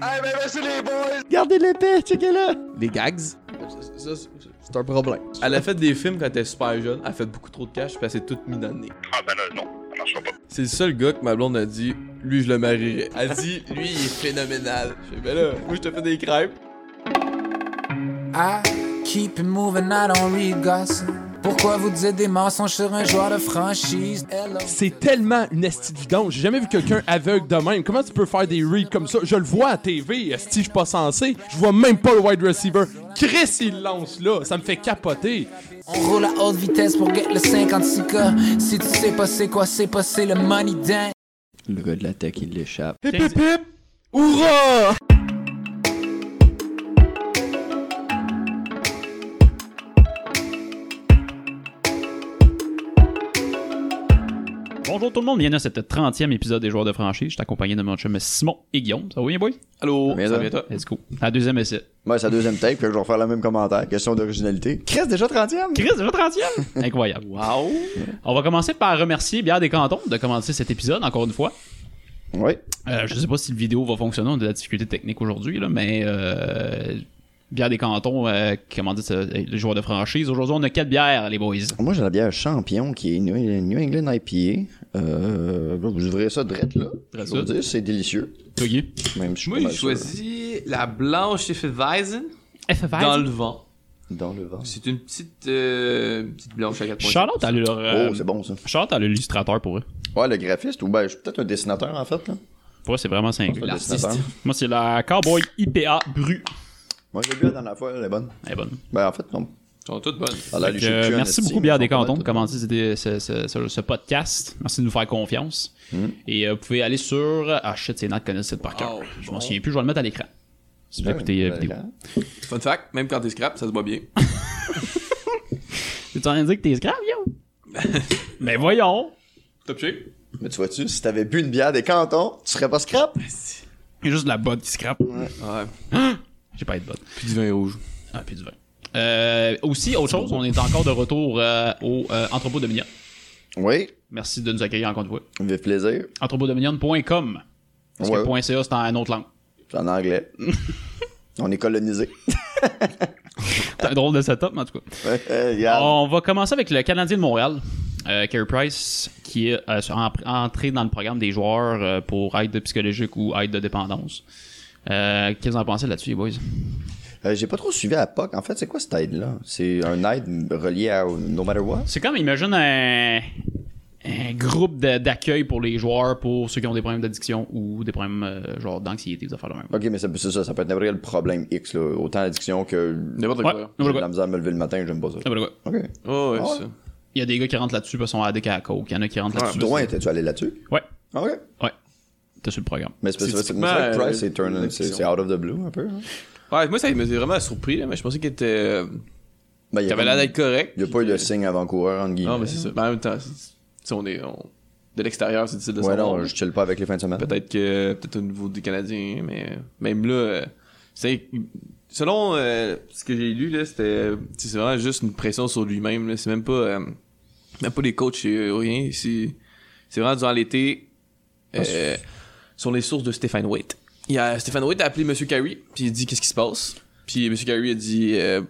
Hey, ben merci les boys! Gardez l'épée, checkez-le! Les gags. Ça, c'est- c'est un problème. Elle a fait des films quand elle était super jeune, elle a fait beaucoup trop de cash, puis elle s'est toute mise dans le nez. Ah ben là, non, ça marchera pas. C'est le seul gars que ma blonde a dit, lui, je le marierais. Elle dit, lui, il est phénoménal. Je fais, ben là, moi, je te fais des crêpes. I keep it moving, I don't read gossip. Pourquoi vous dites des mensonges sur un joueur de franchise? Hello. C'est tellement une esti de vidange. J'ai jamais vu quelqu'un aveugle de même. Comment tu peux faire des reads comme ça? Je le vois à TV, esti, je suis pas censé. Je vois même pas le wide receiver. Chris, il lance là. Ça me fait capoter. On roule à haute vitesse pour get le 56K. Si tu sais pas c'est quoi, c'est pas c'est le money dent. Le gars de la tech, il l'échappe. Hip hip hip! Hurrah! Bonjour tout le monde, bienvenue à cette 30e épisode des joueurs de franchise. Je suis accompagné de mon chum Simon et Guillaume. Ça va bien, boy? Allô, Mais ça là. vient toi? Let's go. À la deuxième essai. Moi, c'est la deuxième tape, puis je vais refaire le même commentaire. Question d'originalité. Chris, déjà 30e? Chris, déjà 30e? Incroyable. Wow. On va commencer par remercier Bière des Cantons de commencer cet épisode, encore une fois. Oui. Euh, je sais pas si le vidéo va fonctionner, on a de la difficulté technique aujourd'hui, là, mais euh, Bière des Cantons, euh, comment dire, ça, euh, les joueurs de franchise. Aujourd'hui, on a quatre bières, les boys. Moi, j'ai la bière champion qui est New, New England IPA. Euh, vous ouvrez ça direct là. Drette Je vais vous ça. dire, c'est délicieux. Toi, Guy? Même si je suis Moi, pas j'ai mal sûr. choisi la blanche Hefeweizen FFR. dans le vent. Dans le vent. C'est une petite, euh, petite blanche à 4 Charlotte, elle a leur, euh, Oh, c'est bon ça. Charlotte, elle a l'illustrateur pour eux. Ouais, le graphiste, ou ben, je suis peut-être un dessinateur en fait. Là. Pour eux, c'est vraiment simple. Un L'artiste. dessinateur. Moi, c'est la Cowboy IPA Bru. Moi, j'ai bu la dernière fois, elle est bonne. Elle est bonne. Ben, en fait, non. Ils sont toutes bonnes. Elle a Fait lu que, chez euh, Q, merci en beaucoup, estime, Bière des on comprend Cantons, de tout. commencer ce, ce- ce- ce- ce podcast. Merci de nous faire confiance. Hmm. Et euh, vous pouvez aller sur. Ah shit, c'est Nat qui connaît ce site par cœur. Oh, je bon. m'en souviens plus, je vais le mettre à l'écran. Si vous Ouais, écoutez euh, ben, vidéo. là. Fun fact, même quand t'es scrap, ça se boit bien. Tu en train de dire que t'es scrap, yo? Mais voyons! Top shape. Mais tu vois-tu, si t'avais bu une bière des cantons, tu serais pas scrap? Il y a juste de la botte qui scrape. Ouais. J'ai pas été bonne. Puis du vin rouge. Ah, puis du vin. Euh, aussi, autre chose, on est encore de retour euh, au euh, Entrepôt Dominion. Oui, Merci de nous accueillir encore une fois. me fait plaisir. Entrepôtdominion.com. Parce Ouais. que point .ca, c'est en autre langue. C'est en anglais. On est colonisé. C'est un drôle de setup, mais en tout cas. Oh. Regarde. On va commencer avec le Canadien de Montréal, euh, Carey Price, qui est euh, en- entré dans le programme des joueurs euh, pour aide psychologique ou aide de dépendance. Euh, Qu'est-ce que vous en pensez là-dessus, les boys? Euh, J'ai pas trop suivi à POC. En fait, c'est quoi cette aide-là? C'est un aide relié à No Matter What? C'est comme, imagine un, un groupe de- d'accueil pour les joueurs, pour ceux qui ont des problèmes d'addiction ou des problèmes euh, genre d'anxiété, des affaires de même. Ok, mais ça- c'est ça, ça peut être n'importe quel problème X, là. autant l'addiction que N'importe Ouais, quoi. j'ai n'importe de la quoi. misère à me lever le matin, j'aime pas ça. N'importe quoi. Oh, Ok. ouais, Ah ouais. c'est ça. Il y a des gars qui rentrent là-dessus parce qu'ils sont addicts à la coke. Il y en a qui rentrent là-dessus. Drouin, t'es-tu allé là-dessus? Ouais, Ah, ok. t'es sur le programme. Mais c'est C'est parce que typiquement, c'est- euh, Price, c'est turn- une c'est- addiction. c'est out of the blue un peu. hein. Ouais, moi, ça m'a vraiment surpris, là, mais je pensais qu'il était. euh, Ben, il qu'il y a, avait l'air d'être correct. il y a pas eu de signe avant-coureur, entre guillemets. hein. Non, mais c'est ça. Mais en même temps, c'est- si on est. on- De l'extérieur, c'est difficile de Ouais, savoir. non, je chill pas avec les fins de semaine. Peut-être que peut-être au niveau des Canadiens, mais même là, euh, c'est selon euh, ce que j'ai lu là, c'était c'est vraiment juste une pression sur lui-même. là. C'est même pas euh, même pas des coachs euh, ou rien. C'est c'est vraiment durant l'été euh, sur les sources de Stéphane Waite. Il y a Stéphane Waite a appelé Monsieur Carey puis il dit qu'est-ce qui se passe. Puis Monsieur Carey a dit euh,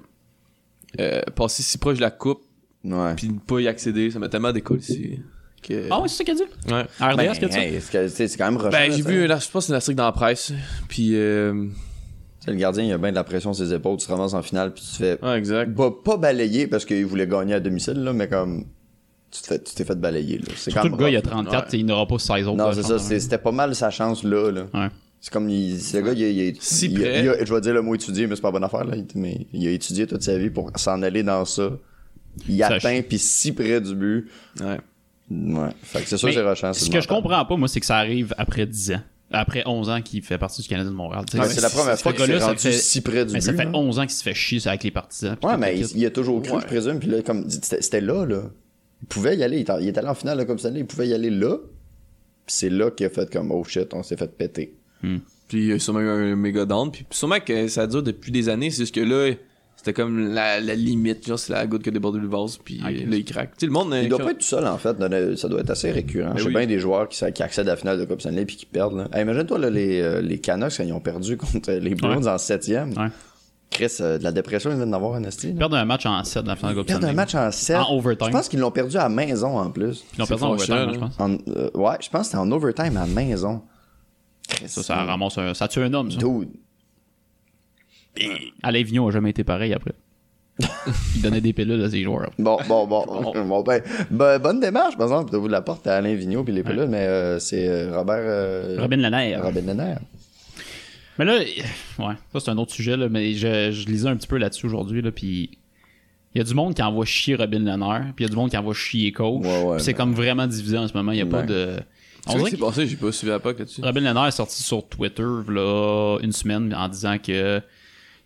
euh, passer si proche de la coupe Ouais. puis ne pas y accéder, ça m'a tellement décollé ici que Ah ouais, c'est ça qu'il a dit? ouais. RDS, Ben, qu'est-ce que tu hey, c'est que- c'est c'est quand même rushant, Ben, j'ai ça. vu, là, je pense que c'est une article dans la presse. Puis, euh... Tu sais, Le gardien, il a bien de la pression sur ses épaules. Tu te ramasses en finale, puis tu te fais. ouais, Ah, exact. Bah, pas balayer parce qu'il voulait gagner à domicile, là, mais comme. Tu te fais- tu t'es fait balayer, là. C'est quand Surtout même. le gars, il a rough. 34, il n'aura pas 16 autres. Non, euh, c'est je ça. pense. c'est- C'était pas mal sa chance, là. là. Ouais. C'est comme. Il, ce gars, il, a- il a- Si il a- près. il a- je vais dire le mot étudier, mais c'est pas bonne affaire, là. Il, mais il a étudié toute sa vie pour s'en aller dans ça. Il Ça atteint, puis si près du but. Ouais. Ouais. Fait que c'est sûr, Mais c'est rushant. Ce c'est que je mental. comprends pas, moi, c'est que ça arrive après 10 ans. Après 11 ans qu'il fait partie du Canadien de Montréal. Tu sais, Ouais, c'est la première ce fois qu'il gars-là, s'est ça rendu fait- si près du Mais but. ça fait là. 11 ans qu'il se fait chier ça, avec les partisans. puis Ouais, tout mais le il, kit. il a toujours cru, je présume. Puis là, comme c'était c'était là, là. Il pouvait y aller. Il, était- il est allé en finale là, comme ça. Il pouvait y aller là. Puis c'est là qu'il a fait comme oh shit, on s'est fait péter. Puis, il y a sûrement eu un méga down. Puis, sûrement que ça dure depuis des années. C'est juste que là, C'était comme la, la limite, genre c'est la goutte qui a débordé le vase, puis Ah, ok. là il craque. Tu sais, le monde. euh, Il doit quand- pas être tout seul, en fait. dans le- Ça doit être assez récurrent. J'ai oui. bien des joueurs qui, s'a- qui accèdent à la finale de Coupe Stanley puis qui perdent. là. Hey, Imagine-toi là, les, euh, les Canucks quand ils ont perdu contre les Bruins en septième. Ouais. Chris, euh, de la dépression, ils viennent d'avoir un esti. là. Perdre un match en 7 dans la finale de la Coupe Ils perdent un Stanley. match en sept. En overtime. Je pense qu'ils l'ont perdu à maison, en plus. Ils l'ont perdu en fâcheux, overtime, là. je pense. En- euh, ouais, je pense que c'était en overtime à maison. Chris, Ça, ça ramasse un. Ça tue un homme, ça. dude. Alain Vignon a jamais été pareil après. Il donnait des pilules à ses joueurs. Bon, bon, bon. bon ben, ben, bonne démarche, par exemple, de vous la porte à Alain Vigneault puis les pelules, mais euh, c'est euh, Robert... euh, Robin Lanaire. Robin Lanaire. Mais là, ouais, ça c'est un autre sujet, là, mais je, je lisais un petit peu là-dessus aujourd'hui, là, puis il y a du monde qui envoie chier Robin Lanaire, puis il y a du monde qui envoie chier coach. Ouais, ouais, Puis c'est ben- comme vraiment divisé en ce moment, il n'y a pas Ouais. de... Tu On sais ce qui s'est dirait que passé, j'ai pas suivi la POC là-dessus. Robin Lanaire est sorti sur Twitter là, une semaine en disant que...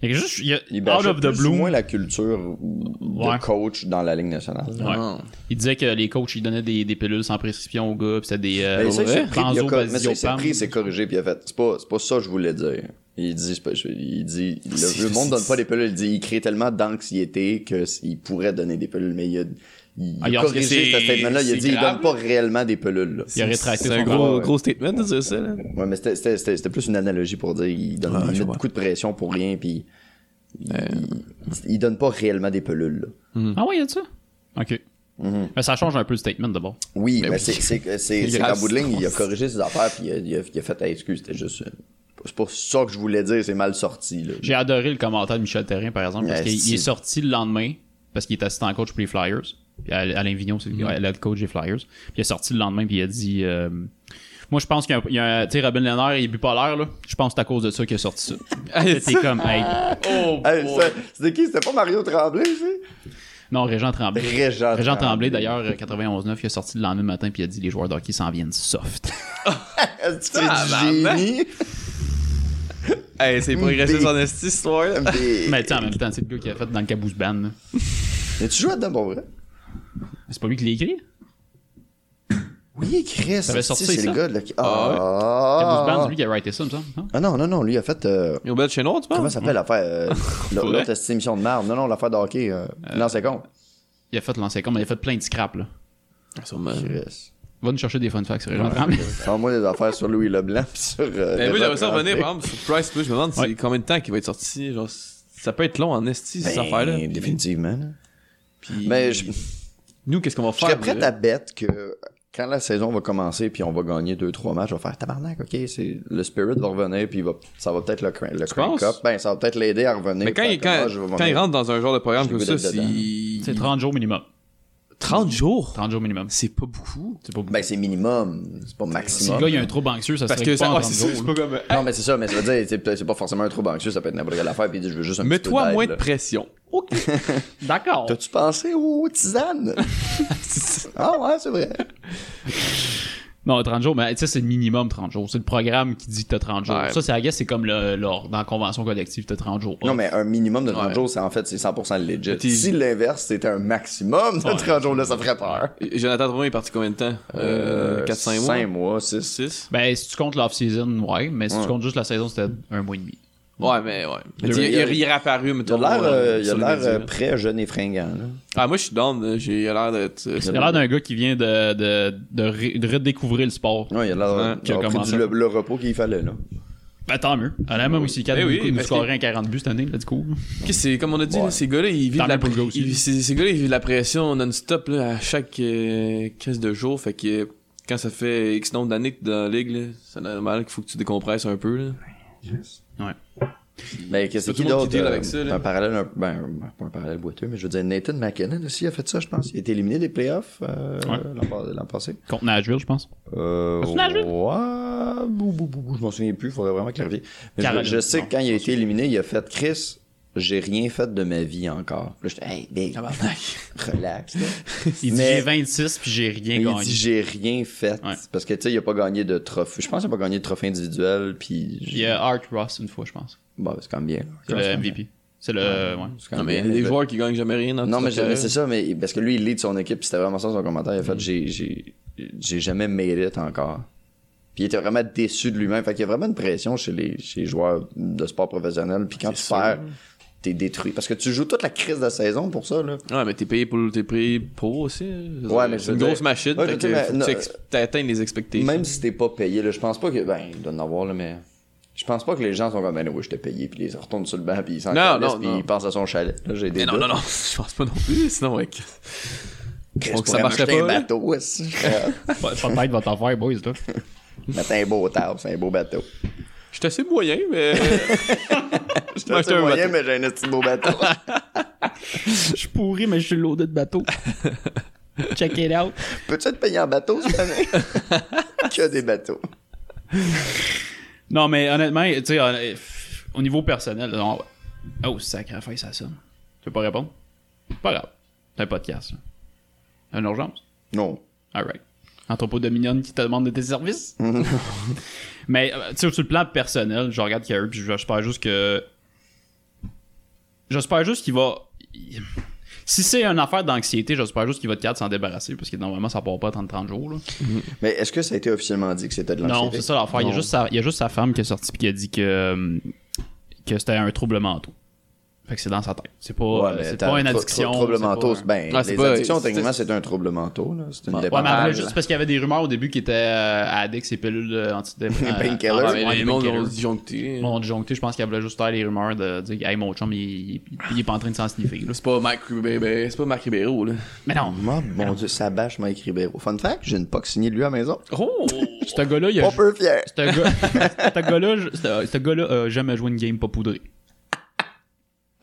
Il y a juste... Il y a, Il out bâchait of the plus blue, ou moins la culture de Ouais. coach dans la Ligue nationale. Ouais. Ah. il disait que les coachs, ils donnaient des, des pilules sans prescription aux gars, puis c'était des... euh, Mais ça, il s'est ouais, pris, il a Planzo, co- mais ça, il s'est Basiopam. pris, il s'est corrigé, puis il a fait. C'est pas, c'est pas ça que je voulais dire. Il dit, c'est pas- je- il dit le, le monde donne pas des pilules. Il dit, il crée tellement d'anxiété qu'il pourrait donner des pilules, mais il a, il Ah, a il a- corrigé c'est- ce statement-là. Il a c'est dit, il grave. donne pas réellement des pilules. là. Il a rétracté C'est son un gros... gros, gros statement de dire ça, là. Ouais, mais c'était- c'était c'était- c'était plus une analogie pour dire, il donne il met beaucoup de pression pour rien, puis il, il donne pas réellement des pilules. là. Ah ouais, il y a de ça? OK. Mm-hmm. Mais ça change un peu le statement d'abord. Oui, mais, c'est c'est c'est- c'est Il qu'en reste- bout de ligne, il a corrigé ses affaires puis il a, il a- il a fait la excuse. C'était juste. euh, C'est pas ça que je voulais dire, c'est mal sorti. Là. J'ai adoré le commentaire de Michel Terrien, par exemple, parce Ouais, qu'il c'est- il est sorti le lendemain, parce qu'il était assistant coach pour les Flyers. Puis Al- Alain Vignon, c'est Mm-hmm. le- ouais, le coach des Flyers. Puis il est sorti le lendemain, puis il a dit euh, Moi, je pense qu'il y a un- il y a un. Tu sais, Robin Lennard, il est bipolaire, là. Je pense que c'est à cause de ça qu'il a sorti ça. Ah, Là, T'es comme, hey. Hey, ça- C'était qui C'était pas Mario Tremblay, ça Non, Régent Tremblay. Régent Régent Tremblay. Tremblay, d'ailleurs, euh, 91-9, il est sorti le lendemain matin, puis il a dit Les joueurs d'hockey s'en viennent soft. Est-ce que du génie Hey, c'est progressé Des- son esti, cette histoire-là. Des- Mais tu sais, en même temps, c'est le gars qui a fait dans le Caboose Band. là. Mais tu joues là-dedans pour vrai C'est pas lui qui l'a écrit Oui, Chris. avait tu sais, sorti C'est ça? le gars là, qui. Ah, Caboose Band, Ah c'est lui qui a writé ça, me semble. non? Ah non, non, non, lui, il a fait. euh, Yo, belle chez Noir, tu Comment penses? ça s'appelle l'affaire euh, l'autre- L'autre cette émission de merde Non, non, l'affaire de hockey. euh, Non, c'est con. Il a fait l'ancien com, mais il a fait plein de scraps, là. Ah, Sûrement. Chris. Va nous chercher des fun facts sur Régent Tremblay. Envoie des affaires sur Louis Leblanc pis sur. euh, Mais moi, Régent Ben j'aimerais ça revenir, Tremblay. par exemple, sur Price, moi, je me demande c'est Ouais. combien de temps qu'il va être sorti. Genre, c- ça peut être long en esti, ces Ben, affaires-là. Définitivement. là. Puis, Mais je, je nous, qu'est-ce qu'on va faire? serais prêt à bête que quand la saison va commencer puis on va gagner 2-3 matchs, on va faire tabarnak, ok, c'est, le spirit va revenir puis il va, ça va peut-être le, cra- le crank up. penses? Ben, ça va peut-être l'aider à revenir. Mais quand, Faire il, comme, quand, ah, je vais quand il revenir. rentre dans un genre de programme J'ai comme le ça, goût d'être c'est. C'est il- 30 jours minimum. 30 jours? 30 jours minimum. C'est pas beaucoup. C'est pas beaucoup. Ben, c'est minimum, c'est pas si le maximum. gars il y a un trouble anxieux, ça Parce serait que pas ça, en ouais, 30 c'est ça, c'est jours. pas là. comme. euh, Non, mais c'est ça, mais ça veut dire, c'est, peut-être- c'est pas forcément un trouble anxieux, ça peut être n'importe quelle affaire puis il dit, je veux juste un petit peu Mets-toi d'aide, moins là. de pression. Ok. D'accord. T'as-tu pensé aux tisanes? ah ouais, c'est vrai. Non, 30 jours, mais tu sais, c'est le minimum 30 jours. C'est le programme qui dit que t'as 30 jours. Ouais. Ça, c'est, I guess, c'est comme le, le- dans la convention collective, t'as 30 jours. Non, mais un minimum de 30 Ouais. jours, c'est en fait, c'est 100% legit. t'es- Si l'inverse, c'était un maximum de 30 jours, là, ça ferait peur. Jonathan Drouin est parti combien de temps? Euh, 4-5 mois? 5 mois, 6. 6? Ben, si tu comptes l'off-season, ouais, mais si Ouais. tu comptes juste la saison, c'était un mois et demi. Ouais, mais ouais. Mais Le- il, il, il est réapparu, Il a mettons. l'air, euh, il a sur les l'air médias. euh, prêt, jeune et fringant. là. Ah, moi, je suis down. euh, J'ai il a l'air d'être. euh, Il a l'air d'un gars qui vient de, de, de, ré- de redécouvrir le sport. Ouais, il a l'air Ouais, qui a d'avoir pris commencé. du- le, le repos qu'il fallait. Là. Ben, tant mieux. Honnêtement, moi aussi, 4 Eh oui, nous parce scorer un 40 buts cette année, là, du coup. Ok, c'est comme on a dit, Ouais. là, ces gars-là, ils vivent Tant la mieux pour le gars pression. aussi. Ces, ces gars-là, ils vivent la pression non-stop là, à chaque euh, crise de jour. Fait que euh, quand ça fait X nombre d'années que t'es dans la ligue, là, c'est normal qu'il faut que tu décompresses un peu. Là. Mais qu'est-ce C'est qui tout le monde d'autre qui deal euh, avec ça, là. Un parallèle, un- ben, un- pas un parallèle boiteux, mais je veux dire, Nathan McKinnon aussi a fait ça, je pense. Il a été éliminé des playoffs euh, Ouais. l'an pas- l'an passé. Contre Nashville, je pense. Euh, Parce que Nashville- ouais, bou, bou, bou, bou, je m'en souviens plus, il faudrait vraiment clarifier. Mais je, Caroline, je sais non, que quand il a été éliminé, il a fait Chris, j'ai rien fait de ma vie encore. Là, j'étais, hey, big, relax. Ah, là. bah, Il dit Mais- j'ai 26 puis j'ai rien Mais gagné. Il dit j'ai rien fait. Ouais. Parce que tu sais, il a pas gagné de trophée. Je pense qu'il a pas gagné de trophée individuel. Puis. Il y a Art Ross une fois, je pense. Bon, c'est quand même bien. là. C'est le MVP. C'est le. Ouais. C'est quand Non, même mais bien, les là. joueurs qui gagnent jamais rien Mm. dans Non, toute leur mais je- mais carrière. c'est ça, mais parce que lui, il lead son équipe, puis c'était vraiment ça son commentaire. Il a fait j'ai, j'ai, j'ai jamais mérite encore. Puis il était vraiment déçu de lui-même. Fait qu'il y a vraiment une pression chez les, chez les joueurs de sport professionnel. Puis quand tu perds t'es détruit. Parce que tu joues toute la crise de la saison pour ça, là. Ouais, mais t'es payé pour, t'es payé pour aussi. hein. Ouais, mais je c'est une veux dire- grosse machine. Ouais, fait je que veux dire, mais faut que non, euh, tu ex- t'atteignes les expectations. Même si t'es pas payé, là, je pense pas que. Ben, il doit en avoir, là, mais. Je pense pas que les gens sont comme, ben oui, je t'ai payé, puis ils retournent sur le banc, puis ils s'en Non, calissent, non, puis non. ils pensent à son chalet. Là, j'ai des Mais non, doutes. non, non, je pense pas non plus. Sinon, ouais. que- Chris, Donc, ça pourrait marcherait m'acheter pas, un là. bateau, aussi. Peut-être votre affaire, boys, là. Mettre un beau table, c'est un beau bateau. Je suis assez moyen, mais. Je T'as un moyen, mais j'ai un petit beau bateau. Je suis pourri, mais je suis loadé de bateau. Check it out. Peux-tu te payer en bateau cette année? que des bateaux. Non, mais honnêtement, tu sais, hon- euh, au niveau personnel, on- oh, sacré affaire, ça sonne. Tu veux pas répondre? Pas grave. C'est un podcast. là. Une urgence? Non. Alright. Entrepôt de mignonnes qui te demande de tes services. Mais euh, tu sais, sur le plan personnel, je regarde Carey puis j'espère juste que. J'espère juste qu'il va. Si c'est une affaire d'anxiété, j'espère juste qu'il va te capable de s'en débarrasser parce que normalement ça part pas tant de 30 jours. là. Mais est-ce que ça a été officiellement dit que c'était de l'anxiété? Non, c'est ça l'affaire. Il y, a juste sa, il y a juste sa femme qui est sortie et qui a dit que, euh, que c'était un trouble mental. Fait que c'est dans sa tête. C'est pas, Ouais, euh, mais c'est t'as- pas une trou- trou- addiction. trouble c'est pas mentaux, un- c'est- ben, Ouais, c'est les pas- addictions, c'est- techniquement, c'est un trouble mentaux, là. C'est une Ouais, mais après, dépendance. juste parce qu'il y avait des rumeurs au début qui étaient euh, addicts et pilules euh, antidépressives. painkillers. euh, Ouais, ouais, mais les les mondes painkillers. ont disjoncté. Mon disjoncté, je pense qu'il voulait juste faire les rumeurs de dire Hey, mon chum, il, il- il est pas en train de s'en sniffer. là. C'est pas Mike Ribeiro, c'est pas Marc Ribeiro, là. Mais non, Moi, mon dieu, ça bâche Mike Ribeiro. Fun fact, j'ai une POC signée de lui à la maison. Oh! ce gars-là, il a. Pas peu fier. Ce gars- ce gars-là, je- ce ce gars-là a jamais joué une game pas poudrée.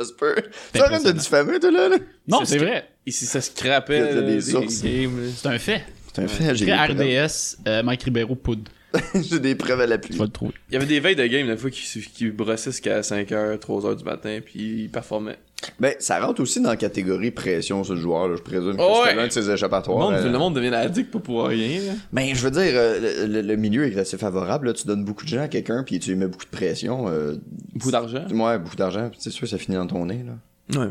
Ça se peut. Tu arrêtes de impressionnant. diffamer, toi, là, là? Non, C'est c'est ce- vrai. Ici, ça scrapait. Il y a là, des des sources. games, là. C'est un fait. C'est un fait, j'ai des Après preuves. RDS, euh, Mike Ribeiro poudre. J'ai des preuves à l'appui. Tu vas le trouver. Il y avait des veilles de game, des fois, qui, qui brossaient jusqu'à 5h, 3h du matin, puis ils performaient. Ben, ça rentre aussi dans la catégorie pression, ce joueur, là. Je présume que Oh, c'était ouais. l'un de ses Le échappatoires. monde, euh. le monde devient addict pour pouvoir rien, là. Ben, je veux dire, euh, le, le- le milieu est assez favorable, là. Tu donnes beaucoup de gens à quelqu'un, puis tu lui mets beaucoup de pression. euh, Beaucoup d'argent. Ouais, beaucoup d'argent, puis c'est sûr, ça finit dans ton nez, là. Ouais.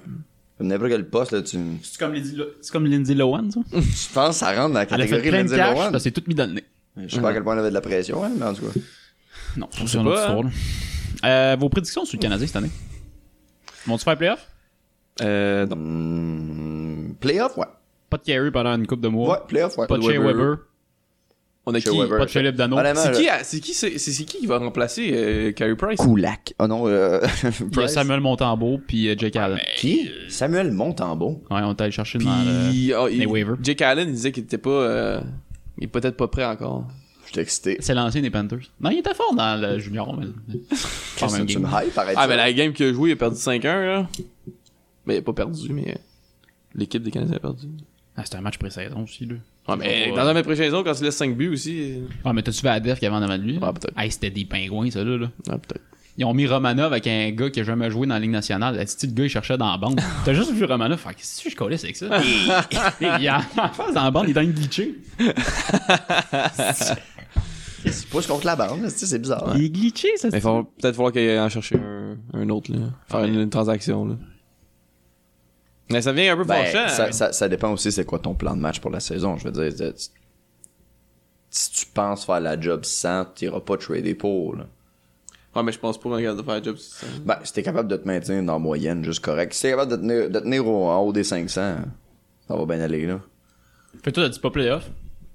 N'importe quel poste, là, tu. C'est comme, Lindsay Lo- c'est comme Lindsay Lohan, ça. Je pense que ça rentre Elle dans la a fait catégorie plein de Lindsay cash, Lohan. ça s'est tout mis dans le nez. Je sais pas à quel point elle avait de la pression, hein, mais en tout cas. Non, c'est une autre pas, histoire. là. Euh, vos prédictions sur le Canadien cette année? Vont-tu faire playoff? Euh, non. Hmm, playoff, ouais. Pas de Carey pendant une coupe de Ouais, mois. playoff, ouais. pas de Shea Weber. Weber. On a Chez qui? Weber. Pas de Philippe Dano. Honnêtement, C'est là- qui, à- c'est qui, c'est, c'est- c'est qui qui va remplacer euh, Carey Price? Koulak. Oh non, euh, Il y a Price. Samuel Montembeau puis euh, Jake Allen. Qui? Samuel Montembeau. Ouais, on est allé chercher euh, dans le... Puis, ah, il- les waivers. Jake Allen, il disait qu'il était pas, euh, il est peut-être pas prêt encore. J'étais excité. C'est l'ancien des Panthers. Non, il était fort dans le junior. Mais... Pas en Christ, même Tu game. me hype, arrête Ah, ça. mais la game qu'il a joué, il a perdu 5-1, là. Mais il a pas perdu, mais euh, l'équipe des Canadiens a perdu. Ah, c'était un match pré-saison aussi, là. Ouais, mais dans la pré-saison, quand il laisse 5 buts aussi. euh, Ouais, mais t'as-tu vu la def qu'il y avait en avant de lui? Ouais, peut-être. Hey, c'était des pingouins, ça, là. là. Ah, peut-être. Ils ont mis Romanov avec un gars qui a jamais joué dans la Ligue nationale. La petite gars, il cherchait dans la bande. T'as juste vu Romanov. Fait qu'est-ce que je collais avec ça? il est en face dans la bande, il est dans une glitché. Il pousse contre la bande, là, tu sais, c'est bizarre. hein. Il est glitché, ça. Mais il va peut-être falloir qu'il aille en chercher un, un autre, là. Faire une, une transaction, là. Mais ça vient un peu Ben, fâchant. ça, ça- ça dépend aussi c'est quoi ton plan de match pour la saison. Je veux dire, c'est- si tu penses faire la job sans, t'iras pas trader pour. Là. Ouais, Ah, mais je pense pas qu'on est capable de faire un job. sans- Ben, si t'es capable de te maintenir dans la moyenne, juste correct. Si t'es capable de tenir, de tenir au, en haut des 500, ça va bien aller, là. Fait que toi, t'as dit pas playoff.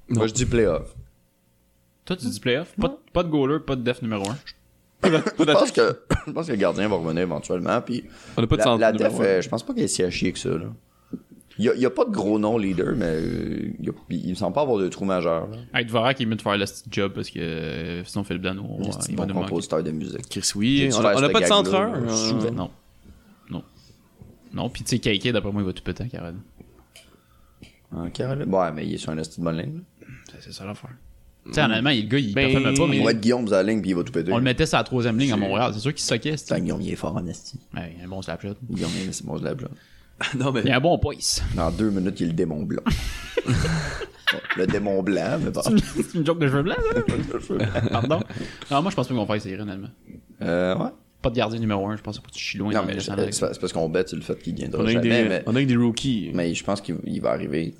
Moi, je dis playoff. Toi, tu dis playoff. Pas, de- pas de goaler, pas de def numéro 1. Je pense, que, je pense que le gardien va revenir éventuellement. Puis On a pas de la, centre la numéro def, un. euh, je pense pas qu'elle est si à chier que ça. Là. Il, y a, il y a pas de gros nom leader, mais euh, il, y a- il me semble pas avoir de trou majeur. Là. Hey, Dvorak, il est mieux de faire le petit job parce que euh, sinon, Philippe Dano, on va- C'est un il va bon nous manquer. compositeur de musique. Chris, oui. J'ai On dû a, faire on a pas ce de gag-là, centre là, un. souvent. Non. Non. Non, pis tu sais, Keike, d'après moi, il va tout péter, Karen. En Caroline. Ouais, mais il est sur un esti de bonne ligne. C'est- C'est ça l'affaire. Tu sais, honnêtement, il- le gars, il Ben, performe pas, mais Mm. On va être Guillaume sur la ligne, puis il va tout péter. on le mettait sur la troisième ligne à Montréal. C'est sûr qu'il soquait, Putain, c'était. Guillaume, il est fort en esti. Ouais, il a un bon slap shot. Guillaume, il- c'est bon, je l'ai, là. Non, mais. Il a un bon poice. Dans deux minutes, il est le démon blanc. Bon, le démon blanc, mais bon. C'est une joke de cheveux blancs, ça? Pardon? Non, moi, je pense pas qu'on va faire série, honnêtement. Euh, ouais. Pas de gardien numéro 1, je pense pas que tu chies loin. Non, dans mais le c'est centre avec c'est parce qu'on bête sur le fait qu'il On viendra a, eu jamais, des, mais, on a eu des rookies. mais je pense qu'il il va arriver.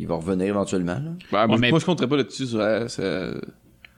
Il va revenir éventuellement. là. Bah, moi, Ouais, mais- moi, je compterais pas là-dessus. sur la- ça- ça.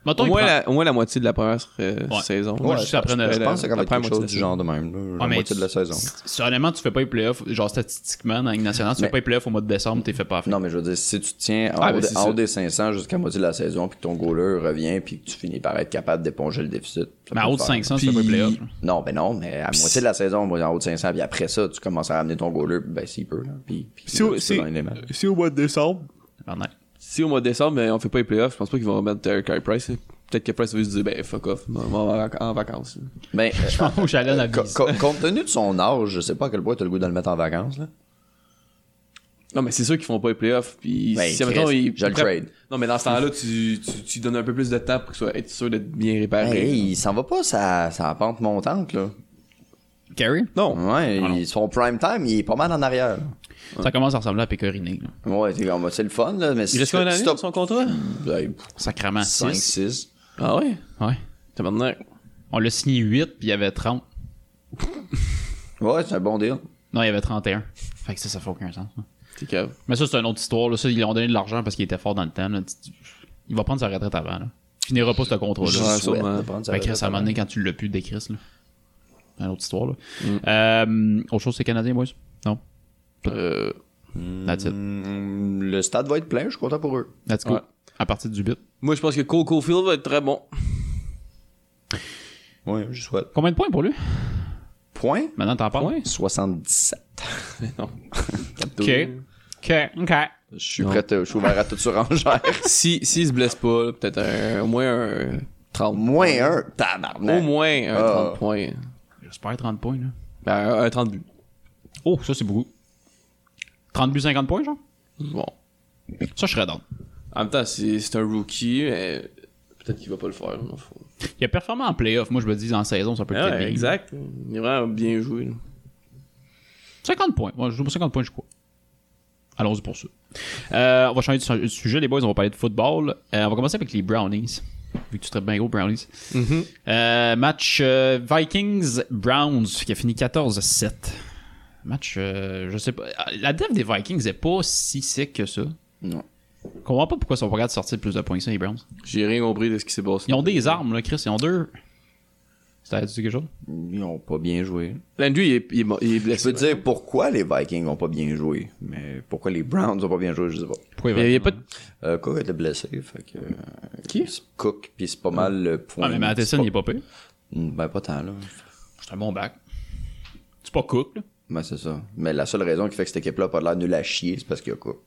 Mettons, Au il moins, prend- la, au moins la moitié de la première euh, Ouais. saison. Moi, je suis après je, Noël. je pense que ça va être Après, quelque moi, chose tu du sais. genre de même, là, la Ah, mais moitié de la saison. Si, honnêtement, tu fais pas les playoffs, genre statistiquement, dans la Ligue nationale, tu Mais- fais pas les playoffs au mois de décembre, t'es fait pas à faire. Non, mais je veux dire, si tu tiens en, Ah, haut, ben, de- c'est en ça. haut des 500 jusqu'à moitié de la saison, puis que ton goaler revient, puis que tu finis par être capable d'éponger le déficit. ça Mais peut en haut de le faire. 500, tu fais pas les playoffs. là. Non, ben non, mais à moitié de la saison, moi, en haut de 500, puis après ça, tu commences à ramener ton goaler, ben s'il peut, là. Puis, puis Si là, au- tu si- peux gagner les matchs. Si au mois de décembre. Tabarnak. Si au mois de décembre, mais on fait pas les playoffs, je pense pas qu'ils vont remettre euh, Carey Price. là. Peut-être que Price va juste dire, ben fuck off, on va en vac- en vacances. là. Ben, euh, Au chalet, la co- bise. co- compte tenu de son âge, je sais pas à quel point t'as le goût de le mettre en vacances, là. Non, mais c'est sûr qu'ils font pas les playoffs. Puis Ben, si, Chris, mettons, ils. je le prep- trade. Non, mais dans ce temps-là, tu, tu, tu donnes un peu plus de temps pour que soit être sûr d'être bien réparé. Hey, il s'en va pas, ça, ça pente montante, là. Carey? Non. Ouais, Ah non. il- son prime time, il est pas mal en arrière. là. Ça commence à ressembler à Pécoriné. là. Ouais, t'es comme, c'est le fun, là, mais si Il reste combien d'années si t'as- sur son contrat Ben, Sacrement 5, 6. 6. Ah ouais Ouais. T'as maintenant. On l'a signé 8, puis il y avait 30. Ouais, c'est un bon deal. Non, il y avait 31. Fait que ça, ça fait aucun sens. hein. T'es cave. Mais ça, c'est une autre histoire. Là. Ça, ils lui ont donné de l'argent parce qu'il était fort dans le temps. là. Tu- tu- Il va prendre sa retraite avant. Là. Il finira pas ce Je contrat-là. Ouais, souhaite sûrement. de prendre sa Fait que Chris, retraite à un moment donné, quand tu l'as pu, décris. là. C'est une autre histoire. Là. Mm. Euh, autre chose, c'est Canadien, boys? Non. Euh, That's it. Mm, Le stade va être plein, je suis content pour eux. That's cool. Ouais. À partir du bit. moi, je pense que Cole Caulfield va être très bon. Ouais, je souhaite. Combien de points pour lui? Point Maintenant, t'en parles? 77. OK. OK. OK. Je suis prêt, euh, je suis ouvert à toute surangère. Si, s'il se blesse pas, là, peut-être un- au moins un 30. Moins un, Au tabarnak. moins un Ah. 30 points. J'espère 30 points, là. Ben, un, un 30 buts. Oh, ça, c'est beaucoup. 30 buts, 50 points, genre? Bon. Ça, je serais down. En même temps, c'est c'est un rookie, mais peut-être qu'il va pas le faire. mais faut- Il a performé en playoff. Moi, je me dis, en saison, ça peut Ah être ouais, bien. exact. Il a vraiment bien joué. là. 50 points. Moi, je joue pour 50 points, je crois. Allons-y pour ça. Euh, on va changer de su- de sujet, les boys. On va parler de football. Euh, on va commencer avec les Brownies. Vu que tu traites bien gros Brownies. Euh, match euh, Vikings-Browns qui a fini 14-7. Match, euh, je sais pas. La def des Vikings est pas si sick que ça. Non. Je comprends pas pourquoi ils sont pas capables de sortir plus de points que ça, les Browns. J'ai rien compris de ce qui s'est passé. Ils ont des armes, là, Chris. Ils ont deux. T'as dit quelque chose? Ils ont pas bien joué. Landry, il est, il est mo- il est Je blessé. peux te dire pourquoi les Vikings ont pas bien joué, mais pourquoi les Browns ont pas bien joué, je sais pas. Pourquoi Il Ah, y a- il y a pas de- Euh, Cook était blessé, fait que. euh, Qui? c'est Cook, puis c'est pas mal le point. Ah, mais Matheson, il est pas pire. Mm, Ben, pas tant, là. C'est un bon bac. C'est pas Cook, là. Ben, c'est ça. Mais la seule raison qui fait que cette équipe-là a pas l'air nulle à chier, c'est parce qu'il y a Cook.